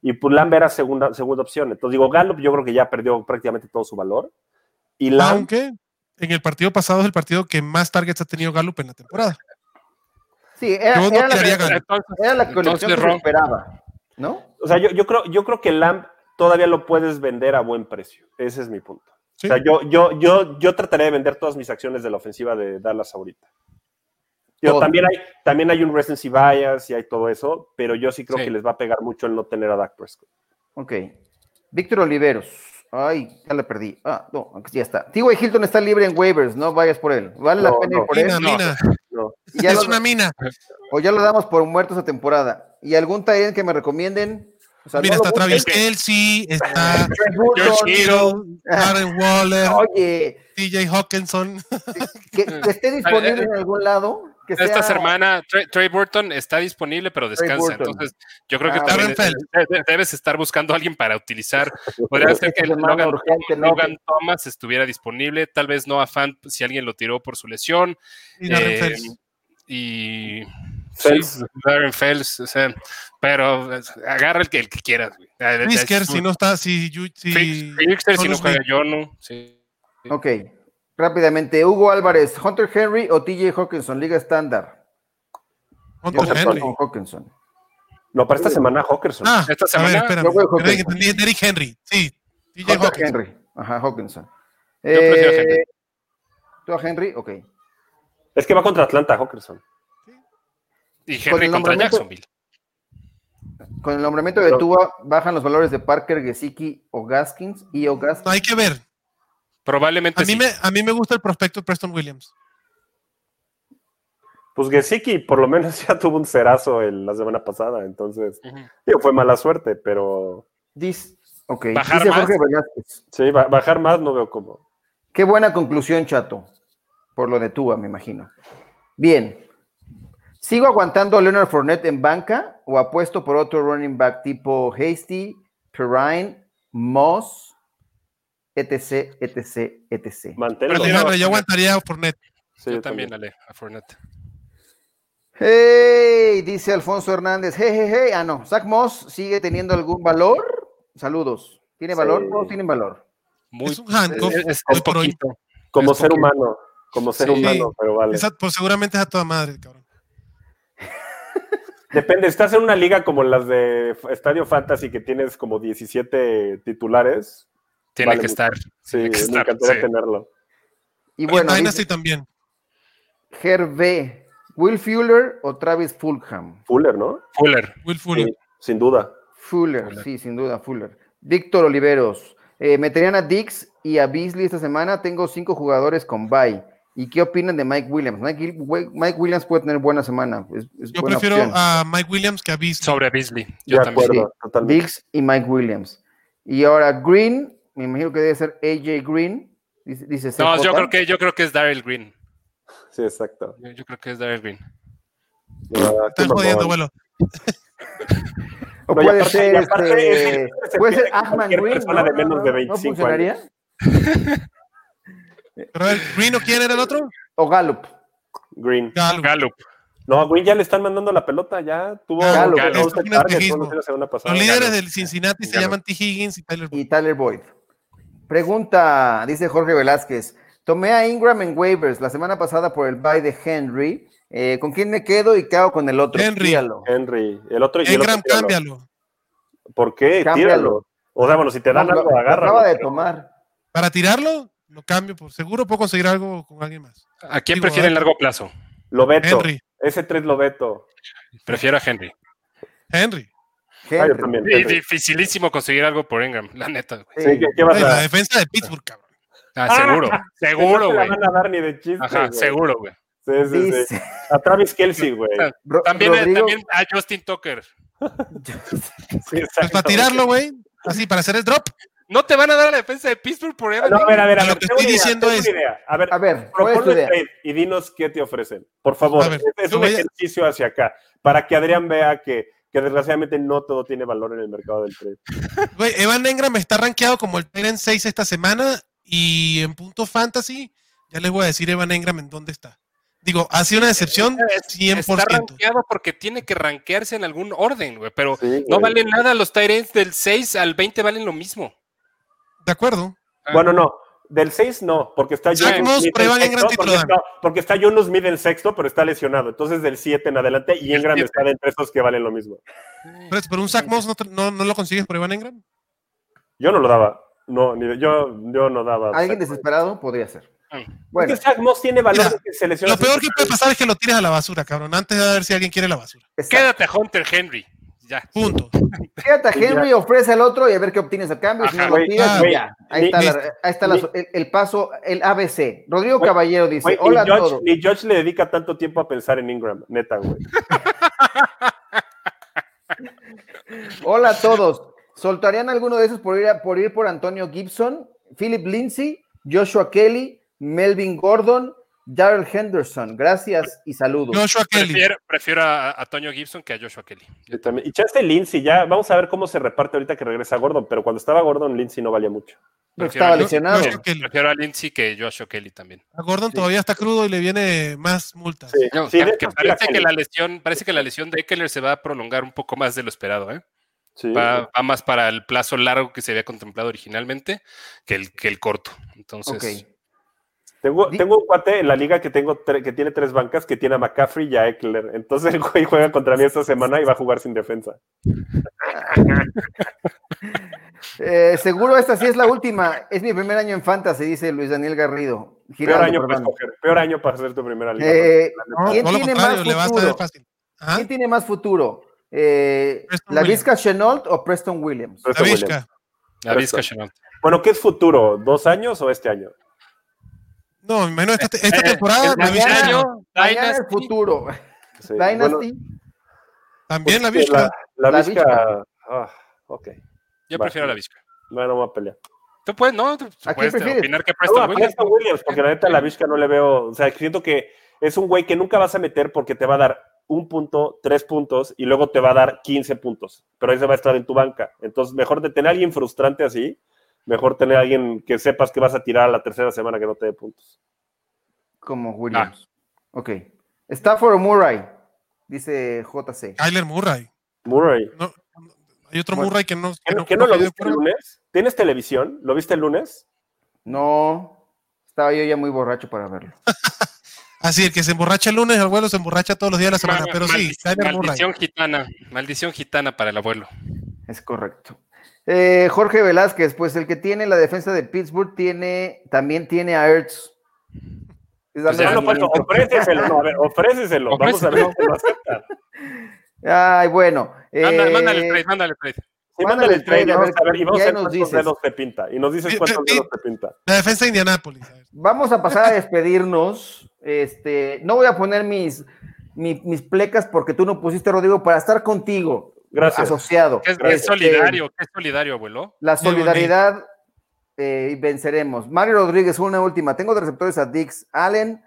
[SPEAKER 2] Y pues Lamb era segunda, segunda opción. Entonces digo, Gallup yo creo que ya perdió prácticamente todo su valor. Y Lamb,
[SPEAKER 6] Aunque en el partido pasado es el partido que más targets ha tenido Gallup en la temporada.
[SPEAKER 3] Sí, era,
[SPEAKER 6] Yo no
[SPEAKER 3] era la,
[SPEAKER 6] quería ganar.
[SPEAKER 4] Entonces,
[SPEAKER 3] era la colección
[SPEAKER 4] entonces,
[SPEAKER 3] que se
[SPEAKER 4] Ron,
[SPEAKER 3] esperaba, ¿no?
[SPEAKER 2] o sea, yo, yo creo, yo creo que Lamb todavía lo puedes vender a buen precio. Ese es mi punto.
[SPEAKER 6] Sí.
[SPEAKER 2] O sea, yo, yo, yo, yo trataré de vender todas mis acciones de la ofensiva de Dallas ahorita. Digo,
[SPEAKER 3] Todo.
[SPEAKER 2] también, hay, también hay un recency bias y hay todo eso, pero yo sí creo
[SPEAKER 4] Sí.
[SPEAKER 2] que les va a pegar mucho el no tener a Dak Prescott.
[SPEAKER 3] Ok. Víctor Oliveros. Ay, ya la perdí. Ah, no, aquí ya está. T.Y. Hilton está libre en waivers, no vayas por él. Vale la
[SPEAKER 2] No,
[SPEAKER 3] pena
[SPEAKER 2] no.
[SPEAKER 3] ir por él.
[SPEAKER 6] Mina,
[SPEAKER 4] no.
[SPEAKER 6] mina.
[SPEAKER 2] No.
[SPEAKER 3] Y ya
[SPEAKER 6] es
[SPEAKER 3] lo-
[SPEAKER 6] una mina.
[SPEAKER 3] o ya lo damos por muerto esa temporada. ¿Y algún Tyrant que me recomienden? O sea,
[SPEAKER 6] Mira,
[SPEAKER 3] no lo
[SPEAKER 6] está Travis
[SPEAKER 3] busquen.
[SPEAKER 6] Kelsey,
[SPEAKER 3] <laughs>
[SPEAKER 6] está
[SPEAKER 3] Trent Wilson.
[SPEAKER 4] George Kittle.
[SPEAKER 6] Aaron Waller,
[SPEAKER 3] Oye,
[SPEAKER 6] TJ Hawkinson. <laughs>
[SPEAKER 3] que,
[SPEAKER 4] Mm.
[SPEAKER 3] que esté
[SPEAKER 4] eh,
[SPEAKER 3] disponible en algún lado. Que
[SPEAKER 4] Esta
[SPEAKER 3] sea-
[SPEAKER 4] semana Trey, Trey Burton está disponible, pero descansa.
[SPEAKER 3] Burton.
[SPEAKER 4] Entonces, yo creo
[SPEAKER 3] Ah,
[SPEAKER 4] que también
[SPEAKER 6] Darren
[SPEAKER 4] de- de- debes estar buscando a alguien para utilizar. Podría ser que
[SPEAKER 3] Esta semana
[SPEAKER 4] Logan,
[SPEAKER 3] urgente, ¿no?
[SPEAKER 4] Logan Thomas estuviera disponible, tal vez no a Fan si alguien lo tiró por su lesión.
[SPEAKER 6] Y Darren
[SPEAKER 4] Eh,
[SPEAKER 6] Fells.
[SPEAKER 4] Y.
[SPEAKER 2] Phelps.
[SPEAKER 4] Sí, Darren Phelps, o sea, pero eh, agarra el que, el que quieras. güey. Ah, de- de-
[SPEAKER 6] Fisker,
[SPEAKER 4] es-
[SPEAKER 6] si no está, si. Yu- si
[SPEAKER 4] Fix- Fixer, si no
[SPEAKER 6] Jonas
[SPEAKER 4] juega Jonu, sí.
[SPEAKER 3] Ok, rápidamente. Hugo Álvarez, Hunter Henry o TJ Hawkinson, Liga Estándar.
[SPEAKER 6] Hunter
[SPEAKER 2] Yo-
[SPEAKER 6] Henry.
[SPEAKER 3] Con Hawkinson.
[SPEAKER 2] no, para esta semana Hawkerson.
[SPEAKER 6] Ah,
[SPEAKER 4] Esta
[SPEAKER 6] a ver,
[SPEAKER 4] semana-
[SPEAKER 6] espérame.
[SPEAKER 3] Yo juego
[SPEAKER 6] Espera que
[SPEAKER 3] Hawkinson.
[SPEAKER 6] entendí, Derrick Henry. Sí, TJ
[SPEAKER 3] Hunter
[SPEAKER 6] Hawkinson.
[SPEAKER 3] Henry. Ajá, Hawkinson.
[SPEAKER 4] prefiero a Henry.
[SPEAKER 3] ¿Tú a Henry? Ok.
[SPEAKER 2] Es que va contra Atlanta Hawkerson.
[SPEAKER 4] Y
[SPEAKER 3] Con
[SPEAKER 4] Henry
[SPEAKER 3] el
[SPEAKER 4] contra
[SPEAKER 3] nombramiento-
[SPEAKER 4] Jacksonville.
[SPEAKER 3] Con el nombramiento de
[SPEAKER 2] Pero-
[SPEAKER 3] Tua, bajan los valores de Parker, Gesicki o Gaskins y o
[SPEAKER 6] No,
[SPEAKER 3] Gaskins.
[SPEAKER 6] hay que ver.
[SPEAKER 4] Probablemente
[SPEAKER 6] A mí,
[SPEAKER 4] pues sí.
[SPEAKER 6] me, a mí me gusta el prospecto de Preston Williams.
[SPEAKER 2] Pues Gesicki por lo menos <laughs> ya tuvo un cerazo el- la semana pasada, entonces,
[SPEAKER 4] Ujú.
[SPEAKER 2] digo, fue mala suerte, pero
[SPEAKER 3] Dis- ok,
[SPEAKER 4] Bajar
[SPEAKER 3] dice
[SPEAKER 4] más.
[SPEAKER 3] Jorge Velázquez.
[SPEAKER 2] sí, ba- bajar más no veo cómo.
[SPEAKER 3] Qué buena conclusión, chato. Por lo de Tua, me imagino. Bien. ¿Sigo aguantando a Leonard Fournette en banca o apuesto por otro running back tipo Hasty, Perrine, Moss, etc, etc, etc?
[SPEAKER 2] Manténlo.
[SPEAKER 4] Pero
[SPEAKER 6] Sí,
[SPEAKER 4] no,
[SPEAKER 6] hombre,
[SPEAKER 4] no.
[SPEAKER 6] yo aguantaría por net.
[SPEAKER 2] Sí,
[SPEAKER 4] yo también, Ale, a Fournette.
[SPEAKER 3] Hey, dice Alfonso Hernández. Hey, hey, hey. Ah, no. Zach Moss sigue teniendo algún valor. Saludos. ¿Tiene
[SPEAKER 2] Sí.
[SPEAKER 3] valor? Todos tienen valor.
[SPEAKER 4] Muy,
[SPEAKER 6] Es un handcuff,
[SPEAKER 4] es- es-
[SPEAKER 6] hoy
[SPEAKER 4] es
[SPEAKER 6] por hoy.
[SPEAKER 4] poquito.
[SPEAKER 2] Como
[SPEAKER 4] Es
[SPEAKER 2] ser
[SPEAKER 4] porque-
[SPEAKER 2] humano, como ser
[SPEAKER 4] Sí.
[SPEAKER 2] humano, pero vale.
[SPEAKER 6] Esa, pues seguramente es a toda madre, cabrón.
[SPEAKER 2] Depende, estás en una liga como las de F- Estadio Fantasy que tienes como 17 titulares.
[SPEAKER 4] Tiene
[SPEAKER 2] Vale
[SPEAKER 4] que
[SPEAKER 2] mucho.
[SPEAKER 4] estar.
[SPEAKER 2] Sí, me
[SPEAKER 4] que estar,
[SPEAKER 2] encantaría
[SPEAKER 4] sí.
[SPEAKER 2] tenerlo.
[SPEAKER 3] Y
[SPEAKER 6] Y en
[SPEAKER 3] bueno,
[SPEAKER 6] Dynasty
[SPEAKER 3] dice
[SPEAKER 6] también.
[SPEAKER 3] Gervé, Will Fuller o Travis Fulham.
[SPEAKER 2] Fuller, ¿no?
[SPEAKER 4] Fuller.
[SPEAKER 6] Will Fuller.
[SPEAKER 2] Sí, sin duda.
[SPEAKER 3] Fuller,
[SPEAKER 4] Fuller.
[SPEAKER 3] sí, sin duda, Fuller. Víctor Oliveros, eh, meterían a Dix y a Beasley esta semana. Tengo cinco jugadores con bye. ¿Y qué opinan de Mike Williams? Mike, Gil- We- Mike Williams puede tener buena semana. es- es
[SPEAKER 6] Yo
[SPEAKER 3] buena
[SPEAKER 6] prefiero
[SPEAKER 3] opción.
[SPEAKER 6] a Mike Williams que a Beast.
[SPEAKER 4] Sobre Beasley. Yo
[SPEAKER 2] de
[SPEAKER 4] también.
[SPEAKER 2] acuerdo,
[SPEAKER 3] Sí.
[SPEAKER 2] totalmente.
[SPEAKER 3] Diggs y Mike Williams. Y ahora Green, me imagino que debe ser AJ Green. Dice, dice
[SPEAKER 4] No,
[SPEAKER 3] CJ.
[SPEAKER 4] yo creo, que, yo creo que es Daryl Green.
[SPEAKER 2] Sí, exacto.
[SPEAKER 4] Yo, yo creo que es Daryl Green.
[SPEAKER 2] Ah, qué
[SPEAKER 6] Están jodiendo,
[SPEAKER 2] mamón.
[SPEAKER 6] abuelo.
[SPEAKER 3] O
[SPEAKER 2] No, y
[SPEAKER 3] puede
[SPEAKER 2] aparte-
[SPEAKER 3] ser,
[SPEAKER 2] y aparte
[SPEAKER 3] este,
[SPEAKER 2] es- se
[SPEAKER 3] puede ser
[SPEAKER 2] pierde con
[SPEAKER 3] Ahmad
[SPEAKER 2] cualquier
[SPEAKER 3] Green.
[SPEAKER 2] persona de menos de
[SPEAKER 3] ¿No
[SPEAKER 2] 25
[SPEAKER 3] funcionaría?
[SPEAKER 6] Pero a ver, Green o quién era el otro?
[SPEAKER 3] O Gallup.
[SPEAKER 2] Green.
[SPEAKER 6] Gallup.
[SPEAKER 4] Gallup.
[SPEAKER 2] No, a Green ya le están mandando la pelota, ya tuvo
[SPEAKER 3] Galo, Galo.
[SPEAKER 2] 11
[SPEAKER 6] Es un
[SPEAKER 2] targets,
[SPEAKER 6] espejismo.
[SPEAKER 2] ¿no? la semana pasada.
[SPEAKER 6] Los líderes
[SPEAKER 2] Galo.
[SPEAKER 6] del Cincinnati se
[SPEAKER 2] Gallup.
[SPEAKER 6] llaman T. Higgins y Tyler Boyd.
[SPEAKER 3] y Tyler Boyd. Pregunta, dice Jorge Velázquez. Tomé a Ingram en waivers la semana pasada por el bye de Henry. Eh, ¿Con quién me quedo y qué hago con el otro?
[SPEAKER 6] Henry.
[SPEAKER 3] Tíralo.
[SPEAKER 2] Henry, el otro y el otro.
[SPEAKER 6] Engram,
[SPEAKER 2] tíralo.
[SPEAKER 6] cámbialo.
[SPEAKER 2] ¿Por qué?
[SPEAKER 3] Cámbialo.
[SPEAKER 2] Tíralo. O sea, bueno, si te dan
[SPEAKER 3] No,
[SPEAKER 2] algo,
[SPEAKER 3] lo- lo
[SPEAKER 2] agárralo.
[SPEAKER 3] Acaba de
[SPEAKER 2] pero- Ah,
[SPEAKER 3] tomar.
[SPEAKER 6] Para tirarlo, lo cambio. Por seguro puedo conseguir algo con alguien más.
[SPEAKER 4] ¿A quién
[SPEAKER 6] Digo,
[SPEAKER 4] prefieren
[SPEAKER 6] a-
[SPEAKER 4] largo plazo?
[SPEAKER 2] Lo veto.
[SPEAKER 6] Henry.
[SPEAKER 2] Ese 3 lo veto.
[SPEAKER 4] Prefiero a Henry.
[SPEAKER 6] Henry.
[SPEAKER 2] Ah, yo
[SPEAKER 3] Henry.
[SPEAKER 2] también.
[SPEAKER 4] Y
[SPEAKER 2] Henry.
[SPEAKER 4] dificilísimo conseguir algo por Ingram, la neta, güey.
[SPEAKER 3] Sí.
[SPEAKER 2] Sí, ¿qué, qué vas
[SPEAKER 6] Güey, la
[SPEAKER 2] a
[SPEAKER 6] defensa de Pittsburgh, cabrón. Pues,
[SPEAKER 2] Ah,
[SPEAKER 4] Ah,
[SPEAKER 2] <laughs>
[SPEAKER 4] seguro, seguro,
[SPEAKER 2] no te la
[SPEAKER 4] güey.
[SPEAKER 2] van a dar ni de chiste.
[SPEAKER 4] Ajá,
[SPEAKER 2] güey.
[SPEAKER 4] seguro, güey.
[SPEAKER 2] Sí, sí, sí.
[SPEAKER 3] Dice-
[SPEAKER 2] A Travis Kelsey, güey.
[SPEAKER 3] Ro-
[SPEAKER 4] También, eh,
[SPEAKER 3] Rodrigo-
[SPEAKER 4] también a Justin Tucker.
[SPEAKER 2] Sí,
[SPEAKER 6] Pues para
[SPEAKER 2] exacto.
[SPEAKER 6] tirarlo, güey. Así, para hacer el drop.
[SPEAKER 4] No te van a dar la defensa de Pittsburgh por Evan
[SPEAKER 2] No, a ver, a ver, a
[SPEAKER 6] Lo
[SPEAKER 2] ver.
[SPEAKER 6] que
[SPEAKER 2] tengo
[SPEAKER 6] estoy
[SPEAKER 2] una idea,
[SPEAKER 6] diciendo
[SPEAKER 2] tengo
[SPEAKER 6] es-
[SPEAKER 2] una idea. A ver,
[SPEAKER 3] A ver, ¿cuál es tu
[SPEAKER 2] Proponle
[SPEAKER 3] idea?
[SPEAKER 2] trade y dinos qué te ofrecen. Por favor,
[SPEAKER 6] A ver,
[SPEAKER 2] Es- es
[SPEAKER 6] yo
[SPEAKER 2] un
[SPEAKER 6] voy a-
[SPEAKER 2] ejercicio hacia acá, para que Adrián vea que, que desgraciadamente no todo tiene valor en el mercado del trade.
[SPEAKER 6] Güey, Evan Engram está rankeado como el Teren 6 esta semana y en punto fantasy, ya les voy a decir Evan Engram en dónde está. Digo, ha sido una decepción
[SPEAKER 4] Está
[SPEAKER 6] 100%.
[SPEAKER 4] rankeado porque tiene que rankearse en algún orden, güey. Pero
[SPEAKER 2] Sí,
[SPEAKER 4] no
[SPEAKER 2] güey.
[SPEAKER 4] valen nada los Tyrants del 6 al 20 valen lo mismo.
[SPEAKER 6] ¿De acuerdo?
[SPEAKER 2] Bueno, no. Del 6 no, porque está
[SPEAKER 6] Zach
[SPEAKER 2] Jonas
[SPEAKER 6] Moss,
[SPEAKER 2] Smith
[SPEAKER 6] pero
[SPEAKER 2] en
[SPEAKER 6] Evan Engram
[SPEAKER 2] sexto, porque,
[SPEAKER 6] titular.
[SPEAKER 2] está, porque está Jonas Smith en sexto, pero está lesionado. Entonces del 7 en adelante y Engram
[SPEAKER 4] siete.
[SPEAKER 2] está de entre esos que valen lo mismo.
[SPEAKER 6] Pero, pero un Zach Moss no, te- no- no lo consigues por Evan Engram.
[SPEAKER 2] Yo no lo daba. No, ni, yo, yo no daba. Zach
[SPEAKER 3] Alguien
[SPEAKER 2] Moss.
[SPEAKER 3] desesperado podría ser.
[SPEAKER 4] Ah.
[SPEAKER 3] Bueno,
[SPEAKER 2] Es que Zach Moss tiene valor
[SPEAKER 6] Mira,
[SPEAKER 2] de que se lesiona.
[SPEAKER 6] Lo peor que puede pasar es que lo tires a la basura, cabrón. Antes de ver si alguien quiere la basura.
[SPEAKER 3] exacto.
[SPEAKER 4] Quédate a Hunter Henry. Ya.
[SPEAKER 6] Punto.
[SPEAKER 3] quédate a Henry, ofrece al otro y a ver qué obtienes a cambio. Si
[SPEAKER 4] Ajá,
[SPEAKER 3] no lo
[SPEAKER 2] güey,
[SPEAKER 3] tiras,
[SPEAKER 6] güey,
[SPEAKER 3] ya. Ahí
[SPEAKER 2] ni-
[SPEAKER 3] está, la-
[SPEAKER 6] ni-
[SPEAKER 3] ahí está la-
[SPEAKER 2] ni-
[SPEAKER 3] el, el paso, el ABC. Rodrigo
[SPEAKER 2] Güey,
[SPEAKER 3] Caballero dice:
[SPEAKER 2] Güey,
[SPEAKER 3] Hola a
[SPEAKER 2] ni, George,
[SPEAKER 3] todos.
[SPEAKER 2] ni George le dedica tanto tiempo a pensar en Ingram, neta, güey.
[SPEAKER 3] Hola a todos. ¿Soltarían alguno de esos por ir, a- por ir por Antonio Gibson, Philip Lindsay, Joshua Kelly, Melvin Gordon, Darrell Henderson? Gracias y saludos.
[SPEAKER 6] Joshua Kelly.
[SPEAKER 4] Prefiero, prefiero a, a Toño Gibson que a Joshua Kelly.
[SPEAKER 2] Yo también. Y Chance Lindsay, ya vamos a ver cómo se reparte ahorita que regresa Gordon, pero cuando estaba Gordon, Lindsay no valía mucho.
[SPEAKER 3] Porque
[SPEAKER 4] prefiero
[SPEAKER 3] estaba
[SPEAKER 4] a-
[SPEAKER 3] lesionado.
[SPEAKER 6] Joshua Kelly.
[SPEAKER 4] Prefiero a Lindsay que Joshua Kelly también.
[SPEAKER 6] A Gordon todavía está crudo y le viene más multas.
[SPEAKER 2] Sí,
[SPEAKER 4] No,
[SPEAKER 2] sí,
[SPEAKER 4] que-
[SPEAKER 2] de
[SPEAKER 4] que
[SPEAKER 2] hecho, sí,
[SPEAKER 4] parece que
[SPEAKER 2] Kelly.
[SPEAKER 4] la lesión, parece que la lesión de Eckler se va a prolongar un poco más de lo esperado, ¿eh?
[SPEAKER 2] Sí.
[SPEAKER 4] Va, va más para el plazo largo que se había contemplado originalmente que el, que el corto. Entonces,
[SPEAKER 3] Ok.
[SPEAKER 2] Tengo,
[SPEAKER 3] Di-
[SPEAKER 2] tengo un cuate en la liga que, tengo tre- que tiene tres bancas, que tiene a McCaffrey y a Eckler. Entonces <laughs> el güey juega contra mí esta semana y va a jugar sin defensa.
[SPEAKER 3] Eh, seguro esta sí es la última. Es mi primer año en Fantasy, dice Luis Daniel Garrido.
[SPEAKER 2] Peor
[SPEAKER 3] Giraldo,
[SPEAKER 2] año, para
[SPEAKER 3] perdón.
[SPEAKER 2] escoger, peor año para hacer tu primera liga.
[SPEAKER 3] Eh,
[SPEAKER 6] No,
[SPEAKER 3] ¿Quién
[SPEAKER 6] todo lo
[SPEAKER 3] tiene
[SPEAKER 6] contrario,
[SPEAKER 3] más
[SPEAKER 6] le va a
[SPEAKER 3] futuro?
[SPEAKER 6] estar fácil.
[SPEAKER 4] ¿Ah?
[SPEAKER 6] Ajá.
[SPEAKER 3] ¿Quién tiene más futuro? Eh,
[SPEAKER 6] Preston
[SPEAKER 3] ¿La
[SPEAKER 6] Williams.
[SPEAKER 3] Vizca Chenault o Preston Williams?
[SPEAKER 4] Pues,
[SPEAKER 2] Preston
[SPEAKER 6] La
[SPEAKER 2] Williams.
[SPEAKER 6] Vizca.
[SPEAKER 4] la Vizca
[SPEAKER 2] Perfecto.
[SPEAKER 4] Chenault.
[SPEAKER 2] Bueno, ¿qué es futuro? ¿Dos años o este año?
[SPEAKER 6] No, me imagino esta, esta
[SPEAKER 4] Eh,
[SPEAKER 6] temporada. Eh,
[SPEAKER 4] el
[SPEAKER 6] La este Vizca,
[SPEAKER 3] mañana-
[SPEAKER 6] no.
[SPEAKER 4] Daño,
[SPEAKER 3] Mañana el
[SPEAKER 4] Dynasty.
[SPEAKER 3] futuro.
[SPEAKER 2] Sí, bueno,
[SPEAKER 3] <laughs> Dynasty.
[SPEAKER 6] También la
[SPEAKER 2] pues,
[SPEAKER 6] Vizca.
[SPEAKER 2] La,
[SPEAKER 3] La
[SPEAKER 2] la
[SPEAKER 3] Vizca.
[SPEAKER 2] Vizca. ah, ok.
[SPEAKER 4] Yo
[SPEAKER 2] Va.
[SPEAKER 4] prefiero a la Vizca.
[SPEAKER 2] No, no voy a pelear.
[SPEAKER 4] Tú puedes, no, tú
[SPEAKER 3] quién
[SPEAKER 4] puedes
[SPEAKER 3] prefieres?
[SPEAKER 4] opinar que
[SPEAKER 2] No,
[SPEAKER 4] Preston
[SPEAKER 2] a
[SPEAKER 4] Williams.
[SPEAKER 2] Preston Williams, porque la neta la Vizca no le veo. O sea, siento que es un güey que nunca vas a meter porque te va a dar un punto, tres puntos y luego te va a dar 15 puntos. Pero ahí se va a estar en tu banca. Entonces, mejor de tener a alguien frustrante así, mejor tener a alguien que sepas que vas a tirar a la tercera semana que no te dé puntos.
[SPEAKER 4] Ah.
[SPEAKER 3] Como Williams. Ok. Stafford o Murray, dice JC.
[SPEAKER 6] Kyler Murray.
[SPEAKER 2] Murray.
[SPEAKER 6] No, no, hay otro
[SPEAKER 3] Bueno,
[SPEAKER 6] Murray que no.
[SPEAKER 2] ¿Qué, qué no lo viste el lunes? ¿Tienes televisión? ¿Lo viste el lunes?
[SPEAKER 3] No, estaba yo ya muy borracho para verlo.
[SPEAKER 6] Así, Ah, el que se emborracha el lunes, el abuelo se emborracha todos los días de la semana.
[SPEAKER 4] Ma-
[SPEAKER 6] Pero sí,
[SPEAKER 4] maldición-
[SPEAKER 6] Kyler Murray.
[SPEAKER 4] maldición gitana, maldición gitana para el abuelo.
[SPEAKER 3] Es correcto. Eh, Jorge Velázquez, pues el que tiene la defensa de Pittsburgh tiene, también tiene a Ertz. Es darle
[SPEAKER 4] Pues Ya,
[SPEAKER 2] No, no, Pancho,
[SPEAKER 3] seguimiento.
[SPEAKER 2] ofréceselo. No, a ver, ofréceselo. Vamos a ver si lo acepta.
[SPEAKER 3] Ay, bueno.
[SPEAKER 4] Manda-
[SPEAKER 3] eh,
[SPEAKER 4] Mándale el trade, mándale el trade.
[SPEAKER 2] Sí,
[SPEAKER 3] Mándale
[SPEAKER 2] mándale el trade,
[SPEAKER 3] a ver,
[SPEAKER 2] vamos a ver, y vamos
[SPEAKER 3] y
[SPEAKER 2] a
[SPEAKER 3] ahí
[SPEAKER 2] ver
[SPEAKER 3] nos
[SPEAKER 2] cuántos
[SPEAKER 3] dices.
[SPEAKER 2] dedos te pinta. Y nos dices
[SPEAKER 6] Sí,
[SPEAKER 2] cuántos
[SPEAKER 6] sí.
[SPEAKER 2] dedos te pinta.
[SPEAKER 6] La defensa de Indianápolis. a ver.
[SPEAKER 3] Vamos a pasar a despedirnos. Este, no voy a poner mis, mi- mis plecas porque tú no pusiste, Rodrigo, para estar contigo.
[SPEAKER 2] Gracias.
[SPEAKER 3] Asociado.
[SPEAKER 4] Que es, que es
[SPEAKER 3] Este,
[SPEAKER 4] solidario, que es solidario, abuelo.
[SPEAKER 3] La
[SPEAKER 6] Muy bonito.
[SPEAKER 3] solidaridad eh, y venceremos. Mario Rodríguez, una última. Tengo de receptores a Dix Allen,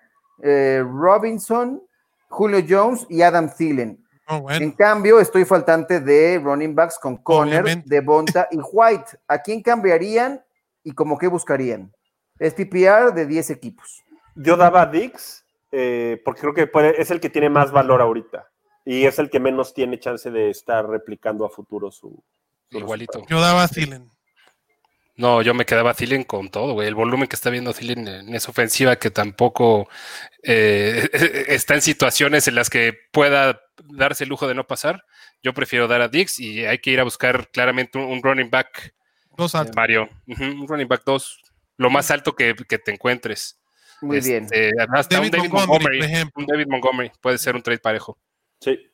[SPEAKER 3] eh, Robinson, Julio Jones y Adam Thielen.
[SPEAKER 6] No,
[SPEAKER 3] En
[SPEAKER 6] bueno.
[SPEAKER 3] cambio, estoy faltante de running backs con Conner,
[SPEAKER 6] Obviamente.
[SPEAKER 3] Devonta y White. ¿A quién cambiarían y como qué buscarían? Es PPR de 10 equipos.
[SPEAKER 2] Yo daba a Dix eh, porque creo que puede- es el que tiene más valor ahorita y es el que menos tiene chance de estar replicando a futuro su. su
[SPEAKER 4] Igualito.
[SPEAKER 6] Yo daba a Thielen.
[SPEAKER 4] No, yo me quedaba Thielen con todo, güey. El volumen que está viendo Thielen en esa ofensiva que tampoco eh, <laughs> está en situaciones en las que pueda darse el lujo de no pasar. Yo prefiero dar a Dix y hay que ir a buscar claramente un, un running back,
[SPEAKER 6] Dos altos.
[SPEAKER 4] Mario. Ujú, Un running back 2, lo más alto que, que te encuentres.
[SPEAKER 3] Muy
[SPEAKER 4] Este,
[SPEAKER 3] bien.
[SPEAKER 4] Hasta
[SPEAKER 6] David
[SPEAKER 4] un David
[SPEAKER 6] Montgomery, pues.
[SPEAKER 4] Montgomery.
[SPEAKER 6] por ejemplo.
[SPEAKER 4] Un David Montgomery puede ser un trade parejo.
[SPEAKER 2] Sí.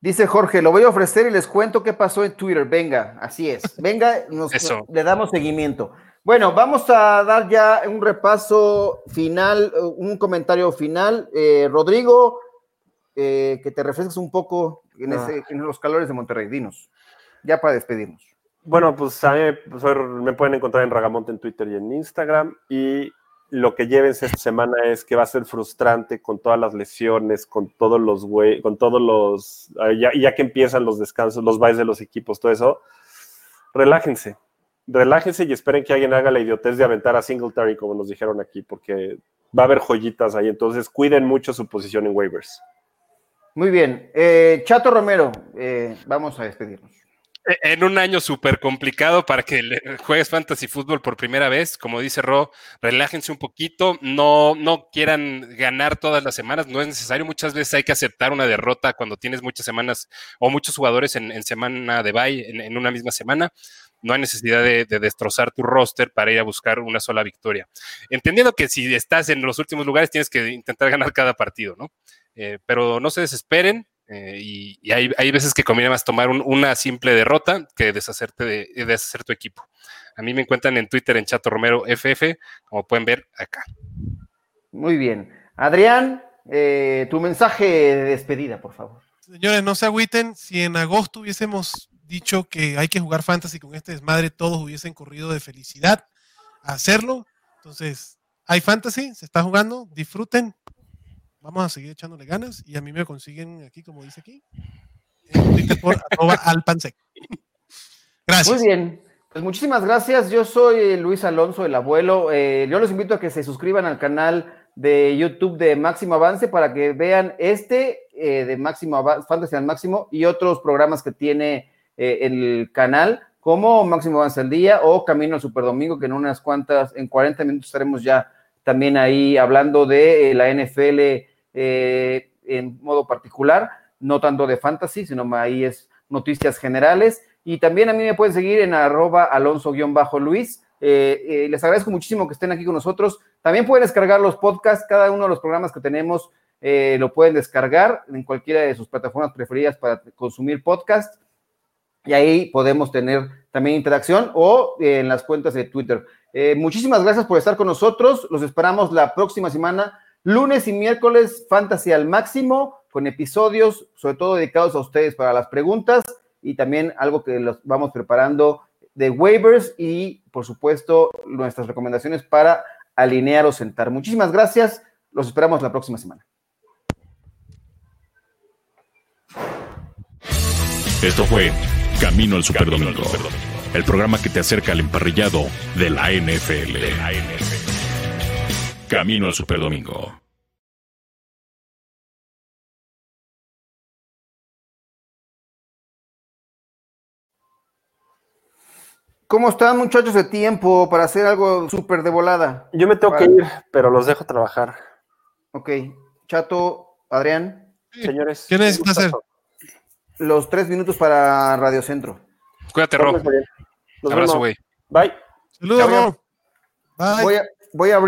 [SPEAKER 3] Dice Jorge, lo voy a ofrecer y les cuento qué pasó en Twitter. Venga, así es. Venga, nos-
[SPEAKER 4] Eso.
[SPEAKER 3] le damos seguimiento. Bueno, vamos a dar ya un repaso final, eh, un comentario final. Eh, Rodrigo, eh, que te refresques un poco en, ese- en los calores de Monterrey. Dinos, ya para despedirnos.
[SPEAKER 2] Bueno, pues a mí pues, soy- me pueden encontrar en Ragamonte en Twitter y en Instagram. Y lo que llévense esta semana es que va a ser frustrante con todas las lesiones, con todos los güey, con todos los. ah, Ya, ya que empiezan los descansos, los byes de los equipos, todo eso. Relájense. Relájense y esperen que alguien haga la idiotez de aventar a Singletary, como nos dijeron aquí, porque va a haber joyitas ahí. Entonces, cuiden mucho su posición en waivers.
[SPEAKER 3] Muy bien. Eh, Chato Romero, eh, vamos a despedirnos.
[SPEAKER 4] E- En un año súper complicado para que le- juegues fantasy fútbol por primera vez, como dice Ro, relájense un poquito, no, no quieran ganar todas las semanas, no es necesario, muchas veces hay que aceptar una derrota cuando tienes muchas semanas o muchos jugadores en, en semana de bye, en, en una misma semana, no hay necesidad de, de destrozar tu roster para ir a buscar una sola victoria. Entendiendo que si estás en los últimos lugares tienes que intentar ganar cada partido, ¿no? Eh, pero no se desesperen. eh, y y hay, hay veces que conviene más tomar un- una simple derrota que deshacerte de, de deshacer tu equipo. A mí me encuentran en Twitter en Chato Romero FF, como pueden ver acá.
[SPEAKER 3] Muy bien. Adrián, eh, tu mensaje de despedida, por favor.
[SPEAKER 6] Señores, no se agüiten. Si en agosto hubiésemos dicho que hay que jugar fantasy con este desmadre, todos hubiesen corrido de felicidad a hacerlo. Entonces, hay fantasy, se está jugando, disfruten. Vamos a seguir echándole ganas y a mí me consiguen aquí, como dice aquí, en
[SPEAKER 3] <laughs>
[SPEAKER 6] Twitter por arroba alpansec. Gracias.
[SPEAKER 3] Muy bien. Pues muchísimas gracias. Yo soy eh, Luis Alonso, el abuelo. Eh, yo los invito a que se suscriban al canal de YouTube de Máximo Avance para que vean este eh, de Máximo Avance, Fantasy al Máximo y otros programas que tiene eh, el canal como Máximo Avance al Día o Camino al Superdomingo, que en unas cuantas, en 40 minutos estaremos ya también ahí hablando de eh, la NFL eh, en modo particular, no tanto de fantasy, sino ma- ahí es noticias generales. Y también a mí me pueden seguir en arroba alonso-luis. Eh, eh, les agradezco muchísimo que estén aquí con nosotros. También pueden descargar los podcasts, cada uno de los programas que tenemos eh, lo pueden descargar en cualquiera de sus plataformas preferidas para consumir podcast y ahí podemos tener también interacción o eh, en las cuentas de Twitter. Eh, muchísimas gracias por estar con nosotros. Los esperamos la próxima semana, lunes y miércoles, Fantasy al máximo, con episodios sobre todo dedicados a ustedes para las preguntas y también algo que los vamos preparando de waivers y, por supuesto, nuestras recomendaciones para alinear o sentar. Muchísimas gracias. Los esperamos la próxima semana.
[SPEAKER 1] Esto fue Camino al Superdomingo, el programa que te acerca al emparrillado de la NFL. Camino al Superdomingo.
[SPEAKER 3] ¿Cómo están, muchachos, de tiempo para hacer algo súper de volada?
[SPEAKER 2] Yo me tengo que ir, pero los dejo trabajar.
[SPEAKER 3] Ok, Chato, Adrián,
[SPEAKER 2] Señores.
[SPEAKER 6] ¿Qué necesitas
[SPEAKER 2] un
[SPEAKER 6] hacer?
[SPEAKER 2] gustazo.
[SPEAKER 3] los tres minutos para Radio Centro.
[SPEAKER 4] Cuídate, Rob.
[SPEAKER 2] Pórtense bien. Nos
[SPEAKER 4] Abrazo,
[SPEAKER 2] vemos.
[SPEAKER 4] güey.
[SPEAKER 2] Bye.
[SPEAKER 6] Saludos,
[SPEAKER 3] Chao.
[SPEAKER 6] Ro. Bye.
[SPEAKER 3] Voy a, voy a abrir.